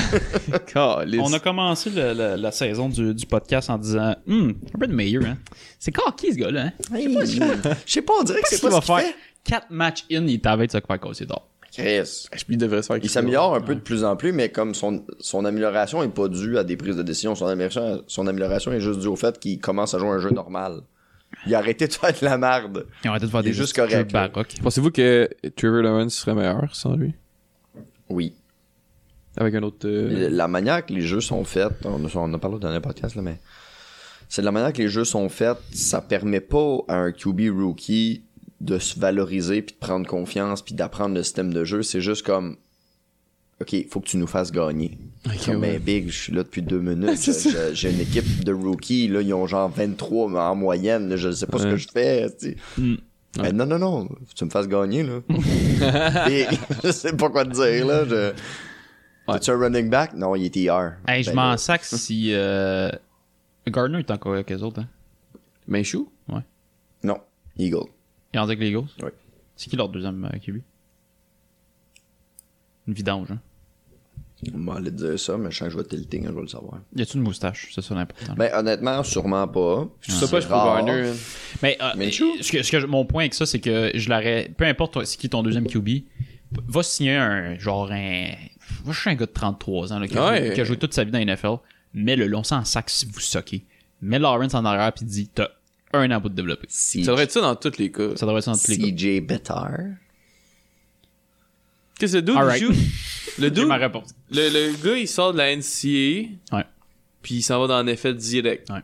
Calisse. On a commencé le- le- la saison du, du podcast en disant Hum, Urban Meyer, hein. C'est cocky ce gars-là, hein. Je sais pas, on dirait que c'est qu'il pas va ce qu'il faire 4 matchs in, il t'avait de se faire casser d'or. fait. Chris. Je- Il devrait se faire. Il s'améliore un peu de plus en plus, mais comme son, son amélioration est pas due à des prises de décision, son amélioration, son amélioration est juste due au fait qu'il commence à jouer un jeu normal. Il a arrêté de faire de la merde. Ils ont arrêté de faire Il est des juste jeux correct, là. baroques. Pensez-vous que Trevor Lawrence serait meilleur sans lui Oui. Avec un autre. euh, Le- La manière que les jeux sont faits, on, a- on en a parlé au dernier podcast, là, mais c'est de la manière que les jeux sont faits, ça permet pas à un QB rookie de se valoriser, puis de prendre confiance, puis d'apprendre le système de jeu. C'est juste comme, OK, faut que tu nous fasses gagner. Ok, Comme, ouais. ben, Big, je suis là depuis deux minutes. Je- je- J'ai une équipe de rookies, là, ils ont genre 23 en moyenne. là, je sais pas ce que je fais. tu sais. Mm. Ben, non, non, non, faut que tu me fasses gagner. là. Et, je sais pas quoi te dire. là. Je... T'es-tu un running back? Non, il est TR. Hey, je Ben, m'en là, sac si euh, Gardner est encore avec les autres, hein. Mais chou Non, Eagle. Il est rendu avec les Eagles. Oui. C'est qui leur deuxième euh, QB Une vidange, hein. On va aller te dire ça, mais je sens que je vais tilting, je vais le savoir. Y a-tu une moustache C'est ça l'important. Ben, honnêtement, sûrement pas. Je Ça pas, je trouve Garner. hein. Mais, euh, Minshew? ce que, ce que je- mon point avec ça, c'est que je l'aurais. Peu importe toi, c'est qui ton deuxième QB, va signer un genre un. Moi, je suis un gars de 33 ans là, qui, a Ouais. joué, qui a joué toute sa vie dans la NFL. mais le long en sac si vous soquez. Mets Lawrence en arrière puis dis t'as un an pour te développer. CJ Ça devrait être ça dans tous les cas. Ça devrait être ça dans tous les cas. CJ Better. Qu'est-ce que le dude il Alright. joue Le C'est dude, ma le, réponse. le gars, il sort de la NCA, Ouais. puis il s'en va dans un effet direct. Ouais.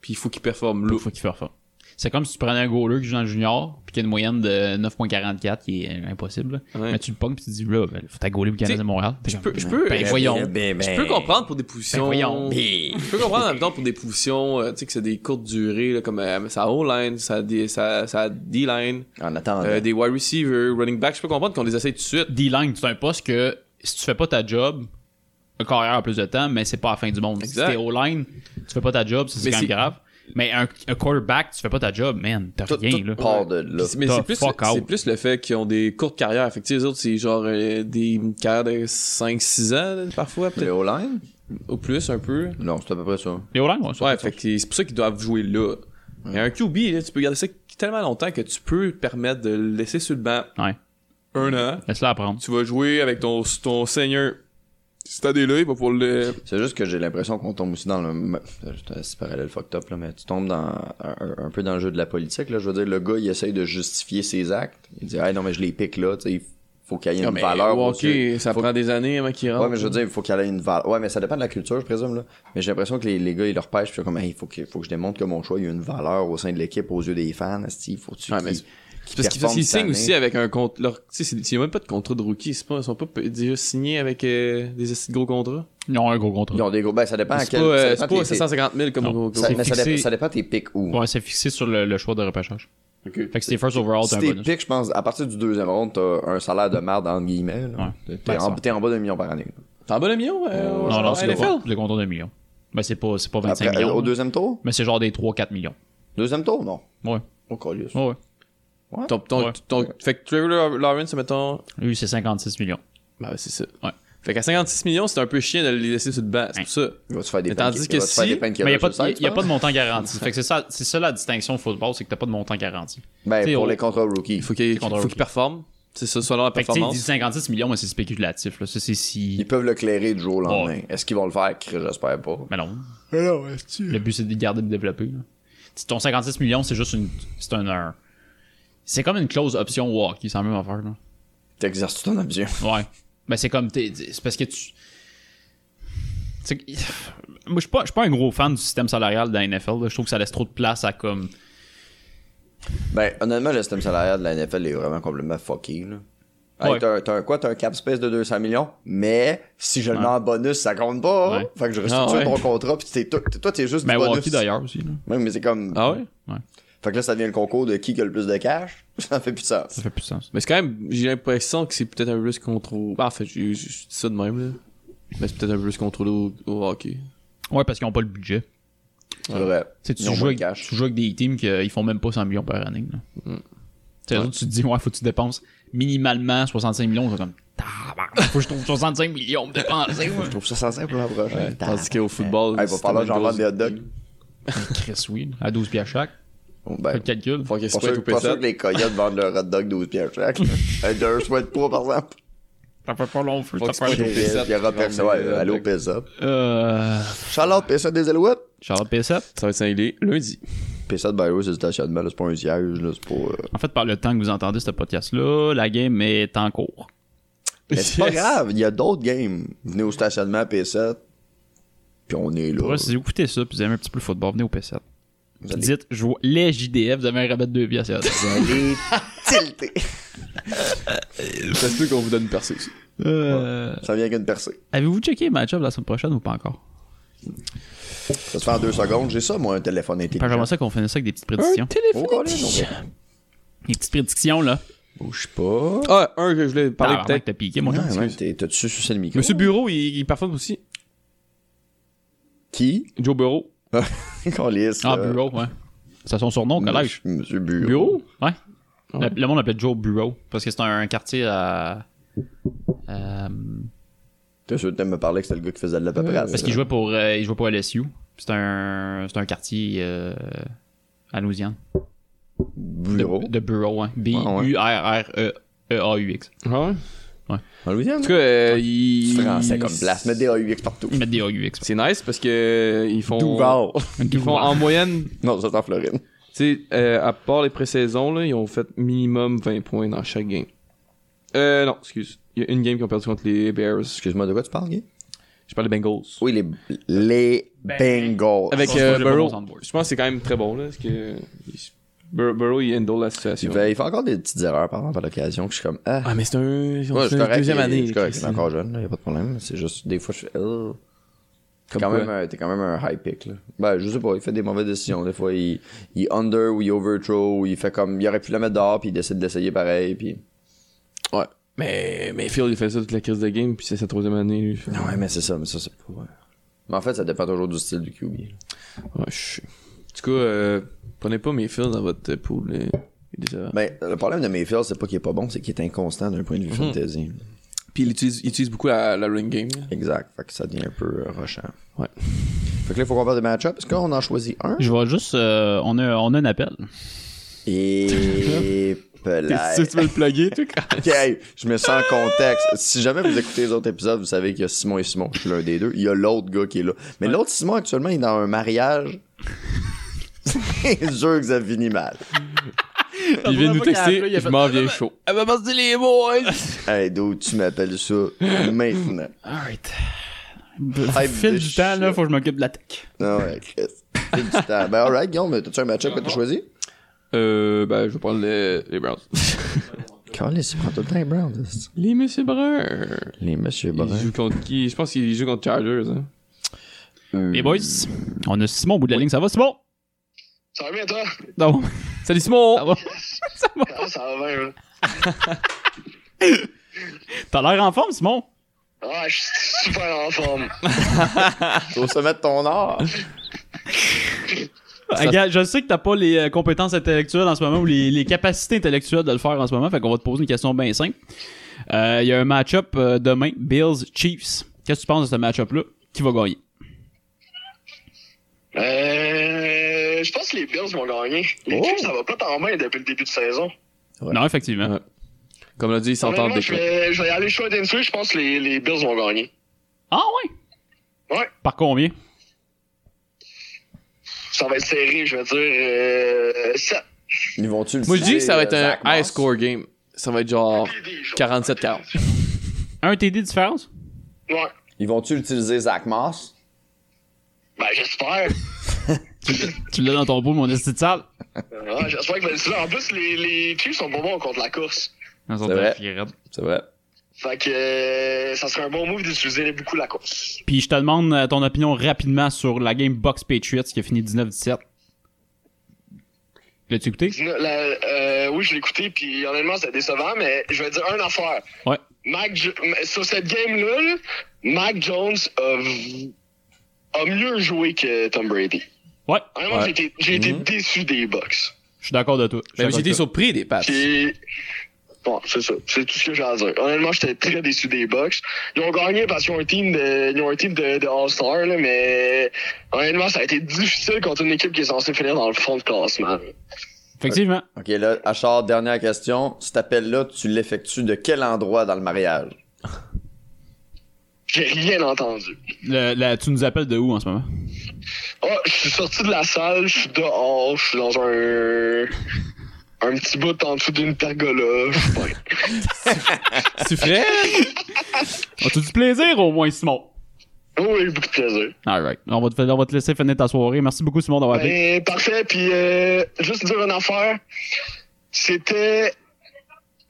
Puis il faut qu'il performe Il lourd. faut qu'il fasse ça. C'est comme si tu prenais un goaler qui joue dans le junior puis qui a une moyenne de 9.44 qui est euh, impossible. là. Ouais. Mais tu le ponges puis tu dis là, ben, faut ta goaler au Canadien T'sais, de Montréal. Je peux, je peux, Ben, je- voyons. Ben, ben, Eh, je peux comprendre pour des positions. Ben, voyons. Je peux comprendre en même temps pour des positions, euh, tu sais, que c'est des courtes durées, là, comme euh, sa O-line, sa D- sa- sa D-line. En attendant. Euh, des wide receivers, running back, je peux comprendre qu'on les essaye tout de suite. D-line, c'est un poste que si tu fais pas ta job, un carrière a plus de temps, mais c'est pas la fin du monde. Exact. Si t'es O-line, tu fais pas ta job, ça, c'est Mais quand même c'est- grave. Mais un, un quarterback, tu fais pas ta job, man, t'as Tout, rien, tout là. part de là. Mais T'as c'est plus, fuck c'est out. plus le fait qu'ils ont des courtes carrières. Fait que, tu sais, les autres, c'est genre euh, des carrières de 5-6 ans, là, parfois, Le peut-être. O-line? Au plus, un peu. Non, c'est à peu près ça. Les O-line, ouais, ça, Ouais, ça. fait que c'est pour ça qu'ils doivent jouer là. Mais un QB, là, tu peux garder ça tellement longtemps que tu peux te permettre de le laisser sur le banc Ouais, un an. laisse-la apprendre. Tu vas jouer avec ton, ton seigneur. Si t'as des là, il va pour le. C'est juste que j'ai l'impression qu'on tombe aussi dans le. m- C'est un- C'est parallèle fucked up, là, mais tu tombes dans un, un peu dans le jeu de la politique. Là. Je veux dire, le gars, il essaye de justifier ses actes. Il dit, hey, non, mais je les pique là, tu sais, il faut qu'il y ait une mais valeur. ouais, aux yeux. ok, ça prend des années avant qu'il rentre. Ouais, mais je veux dire, il faut qu'elle ait une valeur. Ouais, mais ça dépend de la culture, je présume, là. Mais j'ai l'impression que les, les gars, ils leur pêchent, puis c'est comme, hey, faut que, faut que je démontre que mon choix, il y a une valeur au sein de l'équipe, aux yeux des fans. Il faut que tu. Ouais, mais qu'il- qu'il Parce qu'ils parce performe qu'ils cette signent année. aussi avec un compte. Leur, tu sais, c'est- c'est même pas de contrat de rookie. C'est pas, ils sont pas p- déjà signés avec euh, des esti de gros contrats. Ils ont un gros contrat. Ils ont des gros. Ben, ça dépend à C'est pas, quel. ça euh, dépend c'est tes- pas tes- 750 000 comme Non. gros ça- c'est mais ça fixé. dépend- ça dépend tes pics où. Ouais, c'est fixé sur le, le choix de repêchage. Fait que si t'es first overall, t'as Si un t'es bonus. pick, je pense, à partir du deuxième round, t'as un salaire de merde, entre guillemets. là. Ouais. T'es Ben, en, ça. t'es en bas d'un million par année. T'es en bas le million? euh, au- Non, non, en c'est le, NFL? le contrat de millions. Ben, c'est pas, c'est pas 25 Après, euh, millions. hein. au deuxième tour? Mais c'est genre des 3-4 millions. Deuxième tour? Non. Oh, Ouais, Au Colius. ouais, ouais. Ton, ton, Ouais. ton- fait que Trevor Lawrence, mettons. Lui, c'est 56 millions. Bah, c'est ça. Ouais. Fait qu'à 56 millions, c'est un peu chiant de les laisser sur le banc. C'est Hein. pour ça. Il va se faire des Mais tandis pancakes- que il va se faire si- des pancakers Mais il n'y a, pas sur le de- site, y a je pas de pense. montant garanti. fait que c'est ça, c'est ça la distinction au football, c'est que t'as pas de montant garanti. Ben, T'sais, pour on- les contrats rookies. Il faut qu'il Contre un faut rookie. qu'il performe. C'est ça, selon la Fait que tu sais, il performance. dit 56 millions, mais c'est spéculatif. Là. Ça, c'est si. Ils peuvent le clairer du jour au lendemain. Est-ce qu'ils vont le faire? Chris, J'espère pas. Mais non. Le but, c'est de garder de développer. là. Si Ton 56 millions, c'est juste une. C'est un. un- C'est comme une clause option walk, il semble même affaire. Là. T'exerces tout ton option. Ouais. Ben, c'est comme. t'es- C'est parce que tu. C'est que- Moi, je suis pas, je suis pas un gros fan du système salarial de la NFL. là. Je trouve que ça laisse trop de place à comme. Ben, honnêtement, le système salarial de la NFL est vraiment complètement fucké, là. Hey, Ouais. t'as, t'as un quoi? T'as un cap space de 200 millions, mais si je le mets en bonus, ça compte pas. Ouais. Fait que je Ah, restitue ouais. ton contrat, pis t'es, toi, t'es- toi, t'es juste Ben, du bonus. Walkie d'ailleurs aussi. là. Ouais, mais c'est comme... Ah ouais? Fait que là, ça devient le concours de qui qui a le plus de cash. Ça fait plus de sens. Ça fait plus de sens. Mais c'est quand même, j'ai l'impression que c'est peut-être un peu plus contrôlé. Ah, en fait, je je- je dis ça de même, là. Mais c'est peut-être un peu plus contrôlé au, au hockey. Ouais, parce qu'ils n'ont pas le budget. Tu C'est vrai. sais, Tu Ils ont joues moins avec de cash. Mm. tu joues avec des teams qui font même pas 100 millions par année. là. Tu sais, eux autres, tu te dis, ouais, faut que tu dépenses minimalement 65 millions. Ils sont comme, tabarnak, faut que je trouve 65 millions de dépenser. moi. Je trouve ça sensé pour l'an prochain. Tandis qu'au football, Hey, Ah, va c'est falloir que tellement j'en grosse- vende des hot dogs. Chris, oui, là, à 12 piastres chaque. Bon, Fais Ben, le calcul. Faut qu'il se pas prête sûr, au pas sûr pétard. que les coyotes vendent leur hot dog 12 pièces chaque. Avec un choix de poids, par exemple. Ça fait pas long feu. Faut ça que fait- tu Il Au Pizza Hut, y aura ils personne. vendent Ouais, des hot allez au dogs. Pizza. Euh, Charlotte, Pizza des Alouettes. Charlotte PSF. Ça va être cinglé lundi. Pizza de Bayou, c'est du stationnement, là, c'est pas un siège, là, c'est pas. euh, En fait, par le temps que vous entendez ce podcast-là, la game est en cours. Mais c'est pas Yes. grave, il y a d'autres games. Venez au stationnement P7, puis on est Pour là. vrai, si vous écoutez ça puis vous aimez un petit peu le football, venez au P7. Vous allez- Dites, je vois les JDF, vous avez un rabat de 2 piastres. vous allez tilter. Ça se peut qu'on vous donne une percée aussi. Euh, Ça vient qu'une percée. Avez-vous checké le match-up la semaine prochaine ou pas encore? Ça se fait en deux secondes. J'ai ça, moi, un téléphone Parce que intelligent. J'aimerais ça qu'on finisse ça avec des petites prédictions. Oh, Colin, ok. Des petites prédictions, là. Bouge pas. Ah, un que je voulais parler Tabarnak, peut-être. t'as piqué, mon Ah, chum. ouais, t'es- T'as-tu sucé le micro? Monsieur Bureau, il, il performe aussi. Qui? Joe Bureau. Colisse, Ah, là. Bureau, ouais. C'est son surnom au collège. Monsieur Bureau. Ouais. Le, le monde l'appelle Joe Bureau parce que c'est un, quartier à. euh, à- T'es sûr que t'aimes me parler que c'était le gars qui faisait de la paperasse? parce qu'il jouait pour euh, il jouait pour LSU. C'est un c'est un quartier euh, à Louisiane. Bureau. De Bureau, hein. B Ah, ouais. U R R E E A U X. Ah ouais? En Louisiane? En tout cas, euh, il. Français comme place. Mets des AUX partout. Ils mettent des A U X. C'est nice parce que euh, ils font. Duval. Ils font en moyenne, tu Non, ça c'est en Floride. sais, euh, à part les pré-saisons, là, ils ont fait minimum 20 points dans chaque game. Euh, non, excuse. Il y a une game qu'ils ont perdu contre les Bears. Excuse-moi, de quoi tu parles, Guy? Je parle des Bengals. Oui, les, les Ben, Bengals. Avec Ça, c'est euh, pas le bon Burrow, soundboard. je pense que c'est quand même très bon, là, parce que. il- Bur- Burrow, il handle la Il situation. fait, il fait encore des petites erreurs par exemple à l'occasion que je suis comme ah. Ah, mais c'est un. c'est Ouais, je une suis correct, deuxième il- année. Je suis correct, il est Christine. encore jeune, là, y a pas de problème. C'est juste des fois je fais oh. T'es Comme quand, quoi? même un- t'es quand même un high pick là. Ben je sais pas, il fait des mauvaises décisions. Des fois il, il under ou il overthrow ou il fait comme il aurait pu la mettre dehors puis il décide de l'essayer pareil puis. Ouais. Mais, mais Phil, il fait ça toute la crise de game, puis c'est sa troisième année, lui. Fait- Ouais mais c'est ça, mais ça c'est pas. ouais. Mais en fait ça dépend toujours du style du QB. là. Ouais, je En tout cas, euh, prenez pas mes Phil dans votre euh, pool. là. Il est décevant. Ben le problème de Mayfield c'est pas qu'il est pas bon, c'est qu'il est inconstant d'un point de vue Mhm. fantasy. Puis il utilise, il utilise beaucoup la, la ring game. là. Exact, fait que ça devient un peu euh, rushant. Ouais. Fait que là il faut qu'on parle des match-ups. Est-ce qu'on en choisit un? Je vois juste euh, on a on a un appel. Et Si tu veux le plugger, tu Ok, hey, je me sens en contexte. Si jamais vous écoutez les autres épisodes, vous savez qu'il y a Simon et Simon. Je suis l'un des deux. Il y a l'autre gars qui est là. Mais l'autre Simon, actuellement, il est dans un mariage. C'est sûr que ça finit mal. Il vient nous texter, je m'en viens chaud. Elle va passer les mots. Hey, d'où tu m'appelles ça maintenant? Alright. Hype Fil de du temps là, shit. faut que je m'occupe de la tech. Non, Ah ouais, Chris. C'est du temps. Ben, alright, Guillaume, t'as-tu un match-up que t'as choisi? Euh, ben, je vais prendre les, les Browns. Carlis, il prend tout le temps les Browns. hein, les Monsieur Brun. Les messieurs Ils jouent contre qui Je pense qu'ils jouent contre Chargers. Hein. Les boys, on a Simon au bout de la ligne, ça va Simon Ça va bien, toi? Non. Salut Simon Ça va. Ah, ça va bien, là. T'as l'air en forme Simon Ah, je suis super en forme. Au sommet de ton art. Ah, gars, je sais que t'as pas les euh, compétences intellectuelles en ce moment ou les, les capacités intellectuelles de le faire en ce moment, fait qu'on va te poser une question bien simple. Euh, Il y a un match-up euh, demain, Bills-Chiefs. Qu'est-ce que tu penses de ce match-up-là? Qui va gagner? Euh, je pense que les Bills vont gagner. Les Chiefs, ça va pas tant bien depuis le début de saison. Non, effectivement. Ouais. Comme l'a dit, ils s'entendent Honnêtement, des je, vais, je vais y aller short and sweet. Je pense que les, les Bills vont gagner. Ah ouais? Ouais. Par combien? Ça va être serré, je vais dire. Euh, 7. Ils vont-tu le Moi, je dis que ça va être citer, un Zach Moss? high score game. Ça va être genre 47-40. Un TD de différence? Ouais. Ils vont-tu utiliser Zach Moss? Ben, j'espère. Tu l'as dans ton pot, mon esti de sale. Ah, j'espère que ben, c'est là. En plus, les, les Chiefs sont pas bons contre la course. Eux autres, C'est vrai. euh, ils raident. C'est vrai. Fait que euh, ça serait un bon move d'utiliser beaucoup la course. Puis je te demande euh, ton opinion rapidement sur la game Box Patriots qui a fini 19-17. L'as-tu écouté? La- euh, oui, je l'ai écouté, puis honnêtement, c'est décevant, mais je vais dire une affaire. Ouais. Mac Jo- sur cette game-là, là, Mac Jones a, v- a mieux joué que Tom Brady. Ouais, Mhm. Honnêtement, j'ai été, j'ai été déçu des Bucks. je suis d'accord de toi. Je suis Mais d'accord Ben, j'ai été de toi. surpris des pattes. Puis, bon, c'est ça. C'est tout ce que j'ai à dire. Honnêtement, j'étais très déçu des Bucks. Ils ont gagné parce qu'ils ont un team de, ils ont un team de, de All-Star, là, mais honnêtement, ça a été difficile contre une équipe qui est censée finir dans le fond de classement. Effectivement. Ok, là, Achard, dernière question. Cet appel-là, tu l'effectues de quel endroit dans le mariage? J'ai rien entendu. Le- la- tu nous appelles de où en ce moment? Oh, je suis sorti de la salle, je suis dehors, je suis dans un. Un petit bout en dessous d'une pergola. Je sais pas. Tu ferais? As-tu du plaisir au moins, Simon? Oh, oui, beaucoup de plaisir. Alright. On va te, on va te laisser finir ta soirée. Merci beaucoup, Simon, d'avoir appelé. Ben, parfait. Puis, euh, juste dire une affaire. C'était.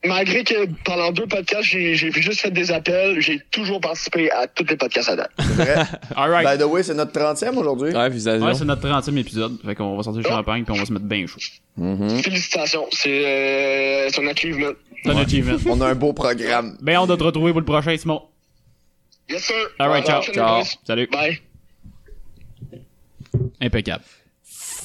Malgré que pendant deux podcasts, j'ai j'ai juste fait des appels, j'ai toujours participé à tous les podcasts à date. Alright. By the way, c'est notre 30e aujourd'hui. Ouais, visage. Ouais, c'est notre 30e épisode. Fait qu'on va sortir le champagne puis on va se mettre bien chaud. Mm. Félicitations. C'est euh, c'est un achievement. C'est un achievement. On a un beau programme. Ben, on doit te retrouver pour le prochain, Simon. Yes, sir. All right, ciao. Bonne Ciao. journée, boys. Salut. Bye. Impeccable.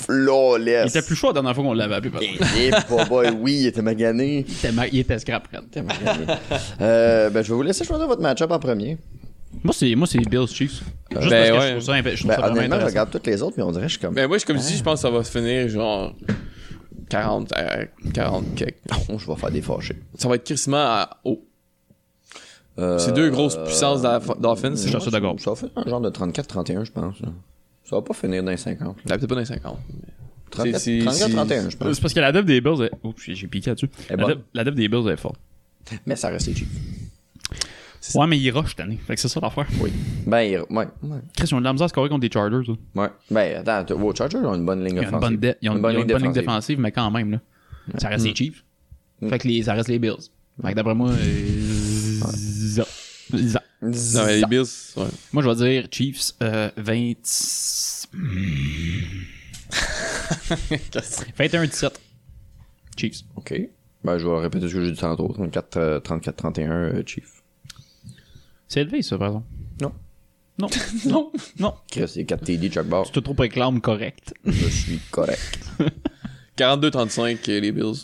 Flawless. Il était plus chaud la dernière fois qu'on l'avait appelé. par contre. Eh, bah, boy, oui, il était magané. Il était ma- Il était scrap red. Euh, ben, je vais vous laisser choisir votre match-up en premier. Moi, c'est, moi, c'est Bills Chiefs. Juste Ben parce que ouais. je trouve ça, impe- je trouve Ben, ça vraiment honnêtement, je intéressant. regarde toutes les autres, mais on dirait que je suis comme. Mais moi, je- comme je dis, je pense que ça va se finir genre 40 à 40 quelques. Oh, je vais faire des fâchés. Ça va être crissement à haut. Euh, C'est deux grosses puissances d'off- d'offense. Je suis assez d'accord. Ça va faire un genre de 34-31, je pense. là. Ça va pas finir dans les 50. là. T'as peut-être pas dans les 50. mais- C'est- 34 c'est- 34-31, je pense. C'est parce que la dev des Bills est... Oups, j'ai- j'ai piqué là-dessus. Eh La, ben. dev- la dev des Bills est forte. Mais ça reste les Chiefs. Ouais, mais il rush cette année. Fait que c'est ça l'affaire. Oui. Ben, il- ouais. ouais. Chris, ils ont de la misère à scorer contre des Chargers. là. Ouais. Ben, attends, t- wow, Chargers ont une bonne ligne Ils ont offensive. une bonne, dé- ils ont- ils ont une bonne ligne défensive, mais quand même. Là. Ça reste Mm. les Chiefs. Fait que les, ça reste les Bills. Fait que d'après moi, euh, za- za- Non, mais les Bills, ouais. Moi, je vais dire Chiefs euh, 20... 21-17. Chiefs. OK. Ben, je vais répéter ce que j'ai dit tantôt. 34, euh, 34-31, euh, Chiefs. C'est élevé, ça, par exemple. Non. Non. non. Non. Chris, il y a 4 TD, Chuck Barr. Tu te trouves avec l'arme correcte. Je suis correct. 42-35, euh, les Bills.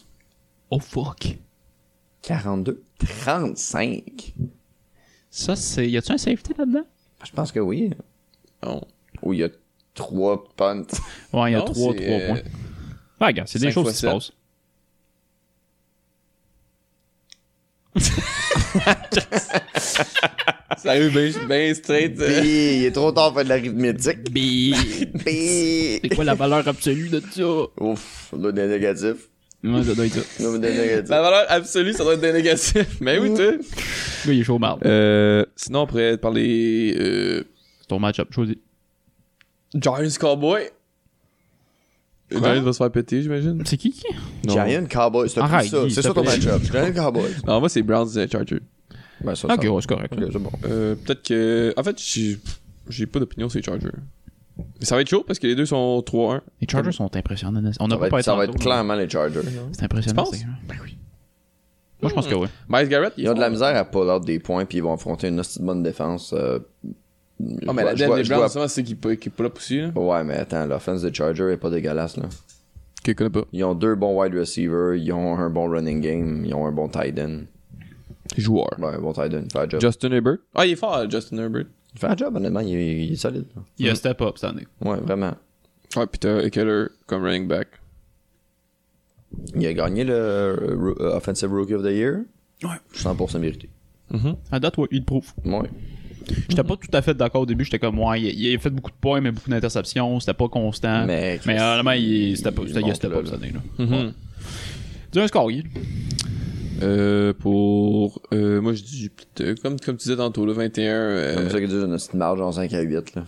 Oh fuck. 42-35. Ça, c'est. Y a-tu un safety là-dedans? Je pense que oui. Non. Ou il y a 3 punts. Ouais, y a Non, 3, 3 c'est, euh, points. Ah, gars, c'est des cinq choses fois qui se sept. passent. Ça arrive bien, bien straight. euh. Puis, il est trop tard pour faire de l'arithmétique. Bi- Puis... c'est quoi la valeur absolue de ça? Ouf, on a des négatifs. Moi, ça doit être ça. On a des négatifs. La valeur absolue, ça doit être des négatifs. Mais oui, tu Le gars, il est chaud, marde. Euh, sinon, on pourrait parler euh, C'est ton match-up, choisis. Giants Cowboy. Le Giants va se faire péter, j'imagine. C'est qui qui? Non. Giant Cowboys, c'est Arrête, ça. Guy, s'il C'est ça te ton plaît. match-up. Giant Cowboys. Non, moi, c'est Browns euh, Chargers. Ben, ça, Ok, ouais, c'est correct. c'est bon. Euh, peut-être que. En fait, j'ai, j'ai pas d'opinion sur les Chargers. Mais ça va être chaud parce que les deux sont 3-1. Les Chargers sont impressionnants. n'est-ce- On n'a Ça va pas être, ça va tantôt, être clairement les Chargers. mais C'est impressionnant. Tu penses? c'est- Ben oui. Moi, je pense que oui. Miles Garrett, Ils ont de la misère à pull out des points, puis ils vont affronter une hostie de bonne défense. euh, Ah, mais je la vois- dette des je Browns, vois- justement, c'est qui qui est pas là pour aussi, là. Ouais, mais attends, l'offense des Chargers est pas dégueulasse, là. Que je connais pas. Ils ont deux bons wide receivers, ils ont un bon running game, ils ont un bon tight end. Joueur. Ouais, un bon tight end, il fait un job. Justin Herbert. Ah, il est fort, Justin Herbert. Il fait un job, honnêtement, il est, il est solide. là. Il y a step up cette année. Ouais, vraiment. Ouais, pis t'as Eckler comme running back. Il a gagné le euh, Ro- euh, Offensive Rookie of the Year. Ouais. 100% mérité. À date, ouais, il le prouve. Ouais. J'étais pas tout à fait d'accord au début. J'étais comme, ouais, il, il a fait beaucoup de points, mais beaucoup d'interceptions. C'était pas constant. Mais- mais honnêtement, il, c'était pas, Il c'était, il monte, c'était là, pas là. Mm-hmm. cette année. Là. Ouais. Dis un score, Guy. Euh, pour. Euh, moi, je dis. peut-être, euh, Comme, comme tu disais tantôt, là, 21. euh, Comme ça qu'ils disent une petite marge en 5 à 8, là.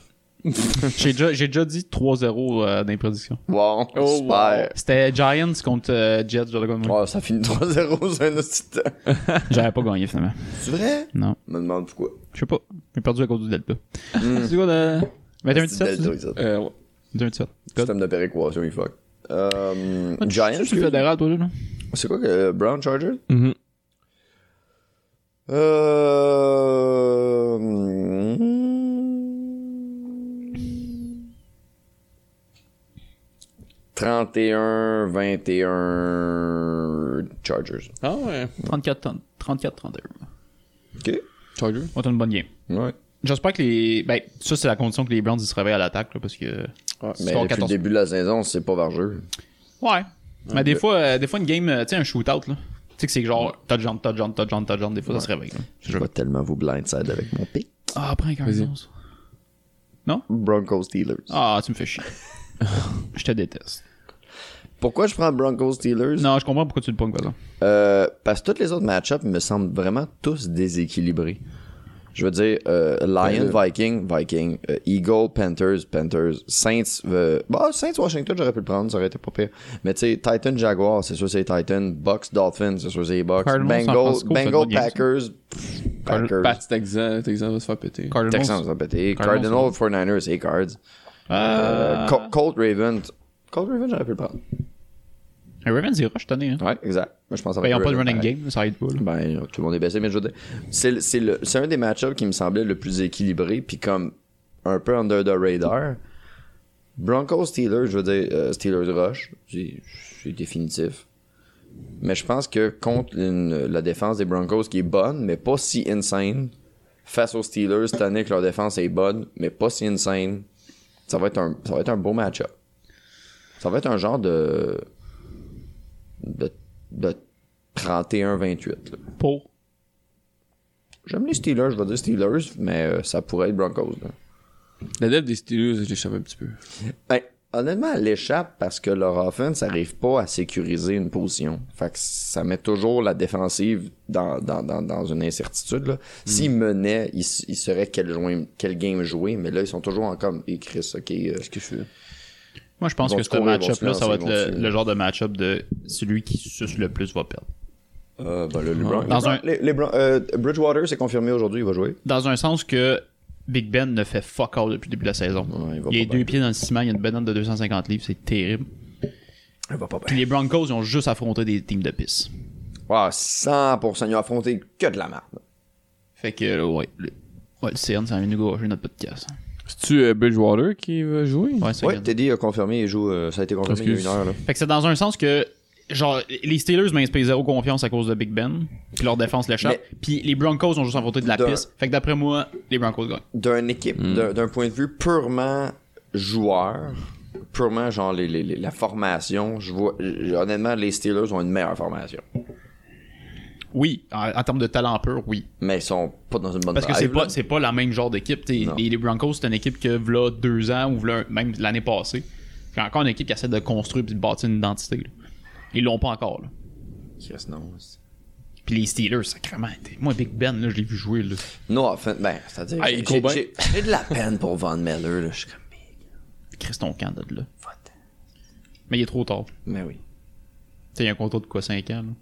J'ai déjà, j'ai déjà dit 3-0 euh, dans les prédictions. Wow, super. C'était Giants contre euh, Jets. je le Oh, Wow, ça finit 3-0 sur un petit temps. J'avais pas gagné finalement. C'est vrai? Non. Je me demande pourquoi. Je sais pas. J'ai perdu à cause du Delta. C'est quoi euh, le. 21 Hmm. C'est 17 Delta, ça. Euh, ouais. 21 17 Système de péréquation, il fuck. Euh, Giants, Tu fais d'erreur, toi, là, non? c'est quoi que euh, Brown Charger? Mhm. Euh... mm, 31, 21 Chargers. Ah ouais. 34 34-31. Ok. Charger. On a une bonne game. Ouais. J'espère que les. Ben, ça, c'est la condition que les Browns ils se réveillent à l'attaque, là, parce que. Ils Mais scorent depuis le 14. début de la saison, c'est pas vergeux. Ouais. Mais des fois, euh, des fois, une game, euh, tu sais, un shootout, là. Tu sais que c'est genre, touchdown, touchdown, touchdown, touchdown, des fois, ça se réveille. là. Je vais tellement vous blindside avec mon pic. Ah, prends un cardinal, ça. Broncos Steelers. Ah, tu me fais chier. je te déteste. Pourquoi je prends Broncos Steelers? Non, je comprends pourquoi tu le prends, par exemple. Euh, parce que tous les autres match-ups me semblent vraiment tous déséquilibrés. Je veux dire, euh, Lion, Viking, Viking, euh, Eagle, Panthers, Panthers, Saints, euh, bah, Saints, Washington, j'aurais pu le prendre, ça aurait été pas pire. Mais tu sais, Titan, Jaguar, c'est sûr c'est Titan, Bucks, Dolphins, c'est sûr c'est Bucks, Cardinals, San Bengals, Francisco, c'est une Bengals, bonne game, ça. Packers, pff, Cardinals, Packers, Pat Texan, Texan va se faire péter. Cardinals. Texans, ça pété, Cardinals, Cardinals, 49ers, et Cards, Ah. euh, Col- Colt Raven, Colt Raven, j'aurais pu le prendre. Les Ravens, ils rushent cette année, hein. Ouais, exact. Moi, je pense que ça va Ben, ils ont être pas de Raven, running pareil. game, ça aide pas, là. Ben, tout le monde est baissé, mais je veux dire, c'est le- c'est le- c'est un des match-ups qui me semblait le plus équilibré, puis comme un peu under the radar. Broncos Steelers, je veux dire, euh, Steelers Rush, c'est c'est définitif. Mais je pense que contre une- la défense des Broncos qui est bonne, mais pas si insane, face aux Steelers, cette année que leur défense est bonne, mais pas si insane, ça va être un, ça va être un beau match-up. Ça va être un genre de. de, de 31-28. là. Pour. J'aime les Steelers, je vais dire Steelers, mais euh, ça pourrait être Broncos. là. La dette des Steelers, je l'échappe un petit peu. Ben, honnêtement, elle échappe parce que leur offense n'arrive pas à sécuriser une position. Fait que ça met toujours la défensive dans, dans, dans, dans une incertitude. là. S'ils menaient, ils, s- ils sauraient quel, joint- quel game jouer, mais là, ils sont toujours en comme et Chris, ok. euh, Qu'est-ce que je fais? Moi, je pense Ils vont que se ce courir, ils vont match-up-là, se ça va lancer, être ils vont le, se- le genre de match-up de celui qui suce le plus va perdre. euh, ben là, les Bron- les Ah, Dans Bron- un- les- les Bron- euh, Bridgewater, c'est confirmé aujourd'hui, il va jouer. Dans un sens que Big Ben ne fait fuck all depuis le début de la saison. Ouais, il va il y a pas deux bien. pieds dans le ciment, il y a une banane de 250 livres, c'est terrible. Puis les Broncos, ils ont juste affronté des teams de pisse. Ah, 100%, ils ont affronté que de la merde. Fait que, euh, ouais. Le, ouais, le CN, ça vient nous gâcher notre podcast. C'est-tu euh, Bridgewater qui va jouer? Ouais, c'est Ouais, vrai. Teddy a confirmé, il joue, euh, ça a été confirmé il y a Excuse. une heure. Là. Fait que c'est dans un sens que, genre, les Steelers m'inspirent zéro confiance à cause de Big Ben. Puis leur défense l'échappe. Puis les Broncos ont juste affronté de la D'un- pisse. Fait que d'après moi, les Broncos gagnent. d'une équipe, d'un- d'un point de vue purement joueur, purement genre les- les- les- la formation, je vois, j- honnêtement, les Steelers ont une meilleure formation. Oui, en, en termes de talent pur, oui. Mais ils sont pas dans une bonne Parce que c'est drive, pas, là. c'est pas la même genre d'équipe. t'sais. Non. Les, les Broncos, c'est une équipe que, v'là deux ans ou v'là, même l'année passée, c'est encore une équipe qui essaie de construire puis de bâtir une identité. là. Ils l'ont pas encore. là. Chris, non. c'est- Puis les Steelers, sacrément. t'sais. Moi, Big Ben, là, je l'ai vu jouer. Là. No offense, ben, c'est-à-dire. Ah, Hey, j'ai- Cobain. j'ai j'ai de la peine pour Van Meller, là. Je suis comme, mais- Chris, ton camp de là. Mais il est trop tard. mais oui. T'sais, il y a un contrat de quoi 5 ans. Là.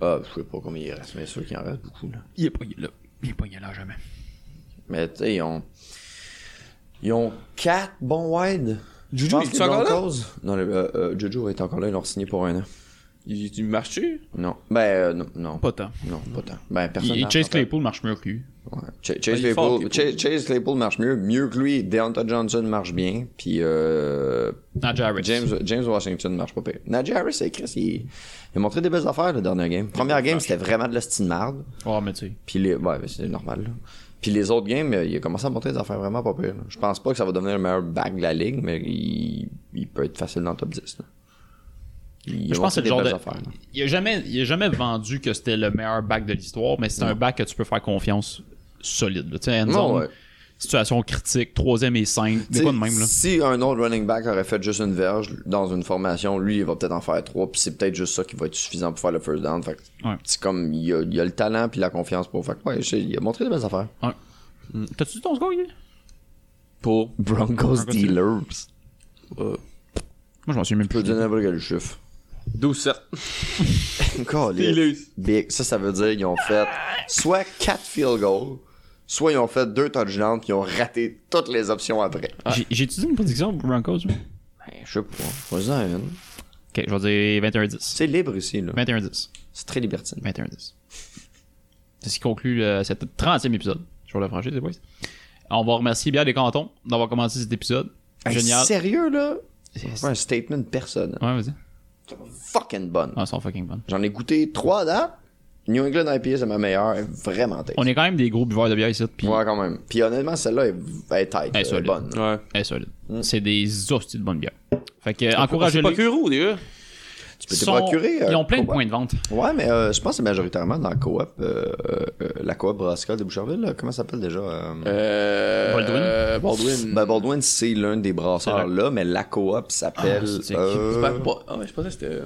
Ah, je sais pas combien il reste, mais c'est sûr qu'il en reste beaucoup, là. Il est pas là. Il est pas là jamais. Mais tu sais, ils ont. Ils ont 4 bons wide. Juju, Je pense il est que les encore là? Broncos- Non, le, euh, euh, Juju est encore là, ils l'ont signé pour un an. Il est du marché? Non. Ben, euh, non, non. Pas tant. Non, pas tant. Ben, personne. Il, n'a Chase en fait. Claypool marche mieux que lui. Ouais. Ouais, il Ch- Chase, est Claypool, fort, Claypool. Chase- Chase Claypool marche mieux. Mieux que lui, Deonta Johnson marche bien. Puis euh, Non, Jarrett. James, James Washington marche pas pire. Najee Harris et Chris, il, il a montré des belles affaires la dernière game. Première game, c'était vraiment de la style marde. Oh, mais tu sais. Puis les, ouais, mais c'est normal. là. Puis les autres games, euh, il a commencé à montrer des affaires vraiment pas pires. là. Je pense pas que ça va devenir le meilleur back de la ligue, mais il, il peut être facile dans le top 10. là. Il a Je pense que c'est le montré genre de. des belles affaires, là. Il a, jamais, il a jamais vendu que c'était le meilleur bac de l'histoire, mais c'est un bac que tu peux faire confiance solide. là. Tu sais, end Ouais, zone, ouais. situation critique, troisième et cinq, des T'sais, pas de même. Là. Si un autre running back aurait fait juste une verge dans une formation, lui, il va peut-être en faire trois, puis c'est peut-être juste ça qui va être suffisant pour faire le first down. Fait que Ouais. c'est comme, il a, il a le Hmm. talent puis la confiance pour. Fait que, ouais, je sais, il a montré des belles affaires. Ouais. T'as-tu dit ton score, Guy? pour. Broncos Dealers. Moi, je m'en suis même Je plus. peux donner n'importe quel chiffre. 12 certes. Caliste. Big. Ça, ça veut dire qu'ils ont fait soit 4 field goals, soit ils ont fait 2 touchdowns puis ils ont raté toutes les options après. J'ai- J'ai-tu dit une prédiction pour Broncos? moi? Eh, Je sais pas. Vas-y, une. Ok, je vais dire 21-10. C'est libre ici, là. 21-10. C'est très libertine. 21-10. C'est ce qui conclut euh, cet 30e épisode sur la franchise, les boys. On va remercier Bière des Cantons d'avoir commencé cet épisode. Hey, Génial. Sérieux, là? C'est- Fais un statement personne. Ouais, vas-y. Fucking bonne. Ah, ils sont fucking bonnes. J'en ai goûté 3 dates. New England IPA, c'est ma meilleure. Elle est Vraiment tête. On est quand même des gros buveurs de bière ici. Puis Ouais, quand même. Puis honnêtement, celle-là est, elle est tight. Elle est Elle est solide. bonne. Ouais. elle est solide. C'est des hosties de bonnes bières. Fait que, euh, C'est pas encouragez-les. curieux au début. Tu peux te Sont- procurer. euh, Ils ont plein de coop. points de vente. Ouais, mais euh, je pense que c'est majoritairement dans la coop. euh, euh, euh, la coop Brassica de Boucherville, là. Comment ça s'appelle déjà? euh? Euh, Baldwin? euh, Baldwin. Ben, Baldwin, c'est l'un des brasseurs là, mais la coop s'appelle. Ah, c'est- euh, C'est pas- pas- Ah, ouais, je pensais que c'était.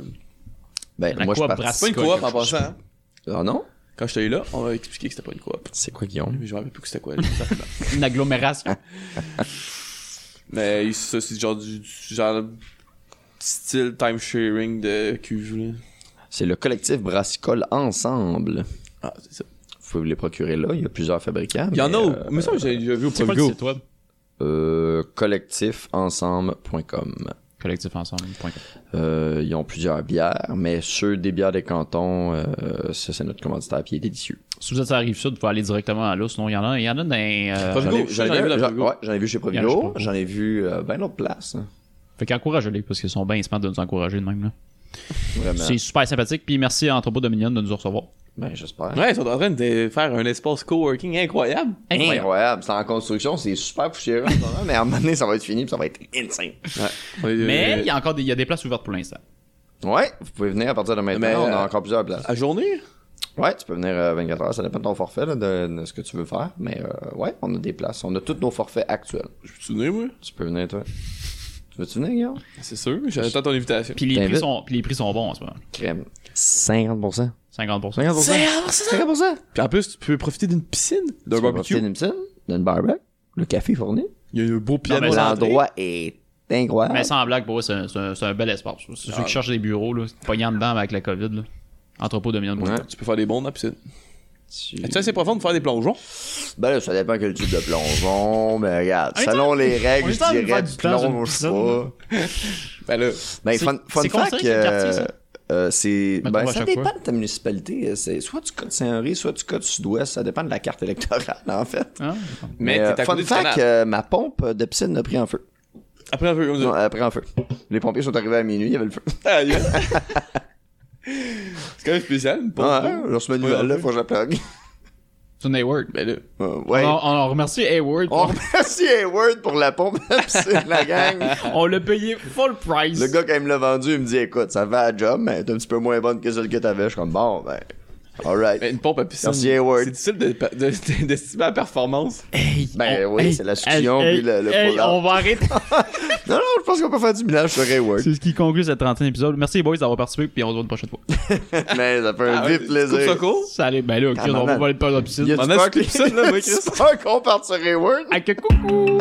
ben, La moi, je coop participe- Brassica. C'est pas une coop en passant. hein. Ah non? Quand j'étais là, on m'a expliqué que c'était pas une coop. C'est quoi, Guillaume? Mais je me rappelle plus que c'était quoi. exactement. Une agglomération. Mais ça, c'est genre du, du genre style time sharing de cuve là. C'est le collectif Brassicole Ensemble. Ah, c'est ça. Vous pouvez vous les procurer là, il y a plusieurs fabricants. Il y en mais, a euh, au. Mais ça, j'ai déjà vu au C'est quoi le Provigo. site web? euh, collectifensemble.com. Collectifensemble.com. Euh, ils ont plusieurs bières, mais ceux des bières des cantons, euh, ça c'est notre commanditaire pied délicieux. Si vous êtes sur la rive sud, vous pouvez aller directement à là. Sinon, il y en a, il y en a dans. euh, Provigo. J'en ai, Provigo, j'en j'en ai ai vu vu, dans j'en- Provigo. ouais, j'en ai vu chez Il y en a, je Provigo, sais pas. j'en ai vu euh, ben d'autres places. hein. Fait qu'encouragez-les parce qu'ils sont bien smart de nous encourager de même. là. Vraiment. C'est super sympathique. Puis merci à Entrepôt Dominion de nous recevoir. Ben, j'espère. Ouais, ils sont en train de faire un espace coworking incroyable. Incroyable, c'est en construction, c'est super poussiéreux en ce moment, mais à un moment donné, ça va être fini, puis ça va être insane. euh, Mais il y a encore des, il y a des places ouvertes pour l'instant. Ouais, vous pouvez venir à partir de maintenant, Mais, on euh, a encore plusieurs places. À journée? Ouais, tu peux venir euh, 24 heures, ça dépend de ton forfait, là, de, de ce que tu veux faire, mais euh, ouais, on a des places, on a tous nos forfaits actuels. Je peux te souvenir, moi. Tu peux venir, toi. Tu veux-tu venir, Guillaume? C'est sûr, j'attends ton invitation. Puis les, T'invites? prix sont, puis les prix sont bons en ce moment. Crème. 50%. 50%. 50%. 50%. Puis en plus, tu peux profiter d'une piscine, d'un Tu peux profiter barbecue. d'une piscine, d'une barbecue, le café fourni. Il y a un beau piano. Non, mais à l'entrée. L'endroit est incroyable. Mais sans blague, pour eux, c'est un, c'est un- c'est un bel espace. C'est Ah ceux qui cherchent des bureaux, là, c'est pognant dedans avec la COVID. Là. Entrepôt Dominion. Ouais. Tu peux faire des bons dans la piscine. Tu- Es-tu assez profond de faire des plongeons? Ben là, ça dépend quel type de plongeon, mais regarde, On est selon en- les Ah, on règles, est en train je de dirais faire du du plonge dans une plonge pas. piscine. Ben là, Ben, C'est- fun, fun c'est fact, considéré quel quartier, euh, ça? euh, c'est. Mettons Ben, à ça chaque dépend fois. de ta municipalité. C'est soit tu codes Saint-Henri, soit tu codes Sud-Ouest. Ça dépend de la carte électorale, en fait. Hein? mais euh, t'es à fun côté du fact, canal. euh, ma pompe de piscine a pris en feu. Après un peu, comme Non, ça. elle a pris en feu. Les pompiers sont arrivés à minuit, il y avait le feu. Ta gueule. C'est quand même spécial. une pompe. Ah, hein, je reçois une nouvelle, là, faut que je la plug. C'est une Hayward. Ben là, Euh, ouais. On, on remercie Hayward. On On, remercie Hayward pour la pompe de piscine, la gang. on l'a payé full price. Oh. Le gars, quand il me l'a vendu, il me dit Écoute, ça va à job, mais elle est un petit peu moins bonne que celle que t'avais. Je suis comme Bon, ben. Alright. ben, une pompe à piscine. Merci, Hayward. C'est difficile de, de, de- d'estimer la performance. Hey, Ben oui, c'est la succion, puis le- le pull-out. On va arrêter. Non, non, je pense qu'on peut faire du mélange sur Hayward. c'est ce qui conclut cette trentaine d'épisodes. Merci les boys d'avoir participé, puis on se voit une prochaine fois. mais ça fait un Ah, ouais, vif coupe ça plaisir. court. Salut, ben Ah, là, ok, on va maman. pas aller peur de la piscine. Il y a On du a fuck, skippé ça, là, moi, Chris. du fuck, on part sur Hayward. Ah, que coucou!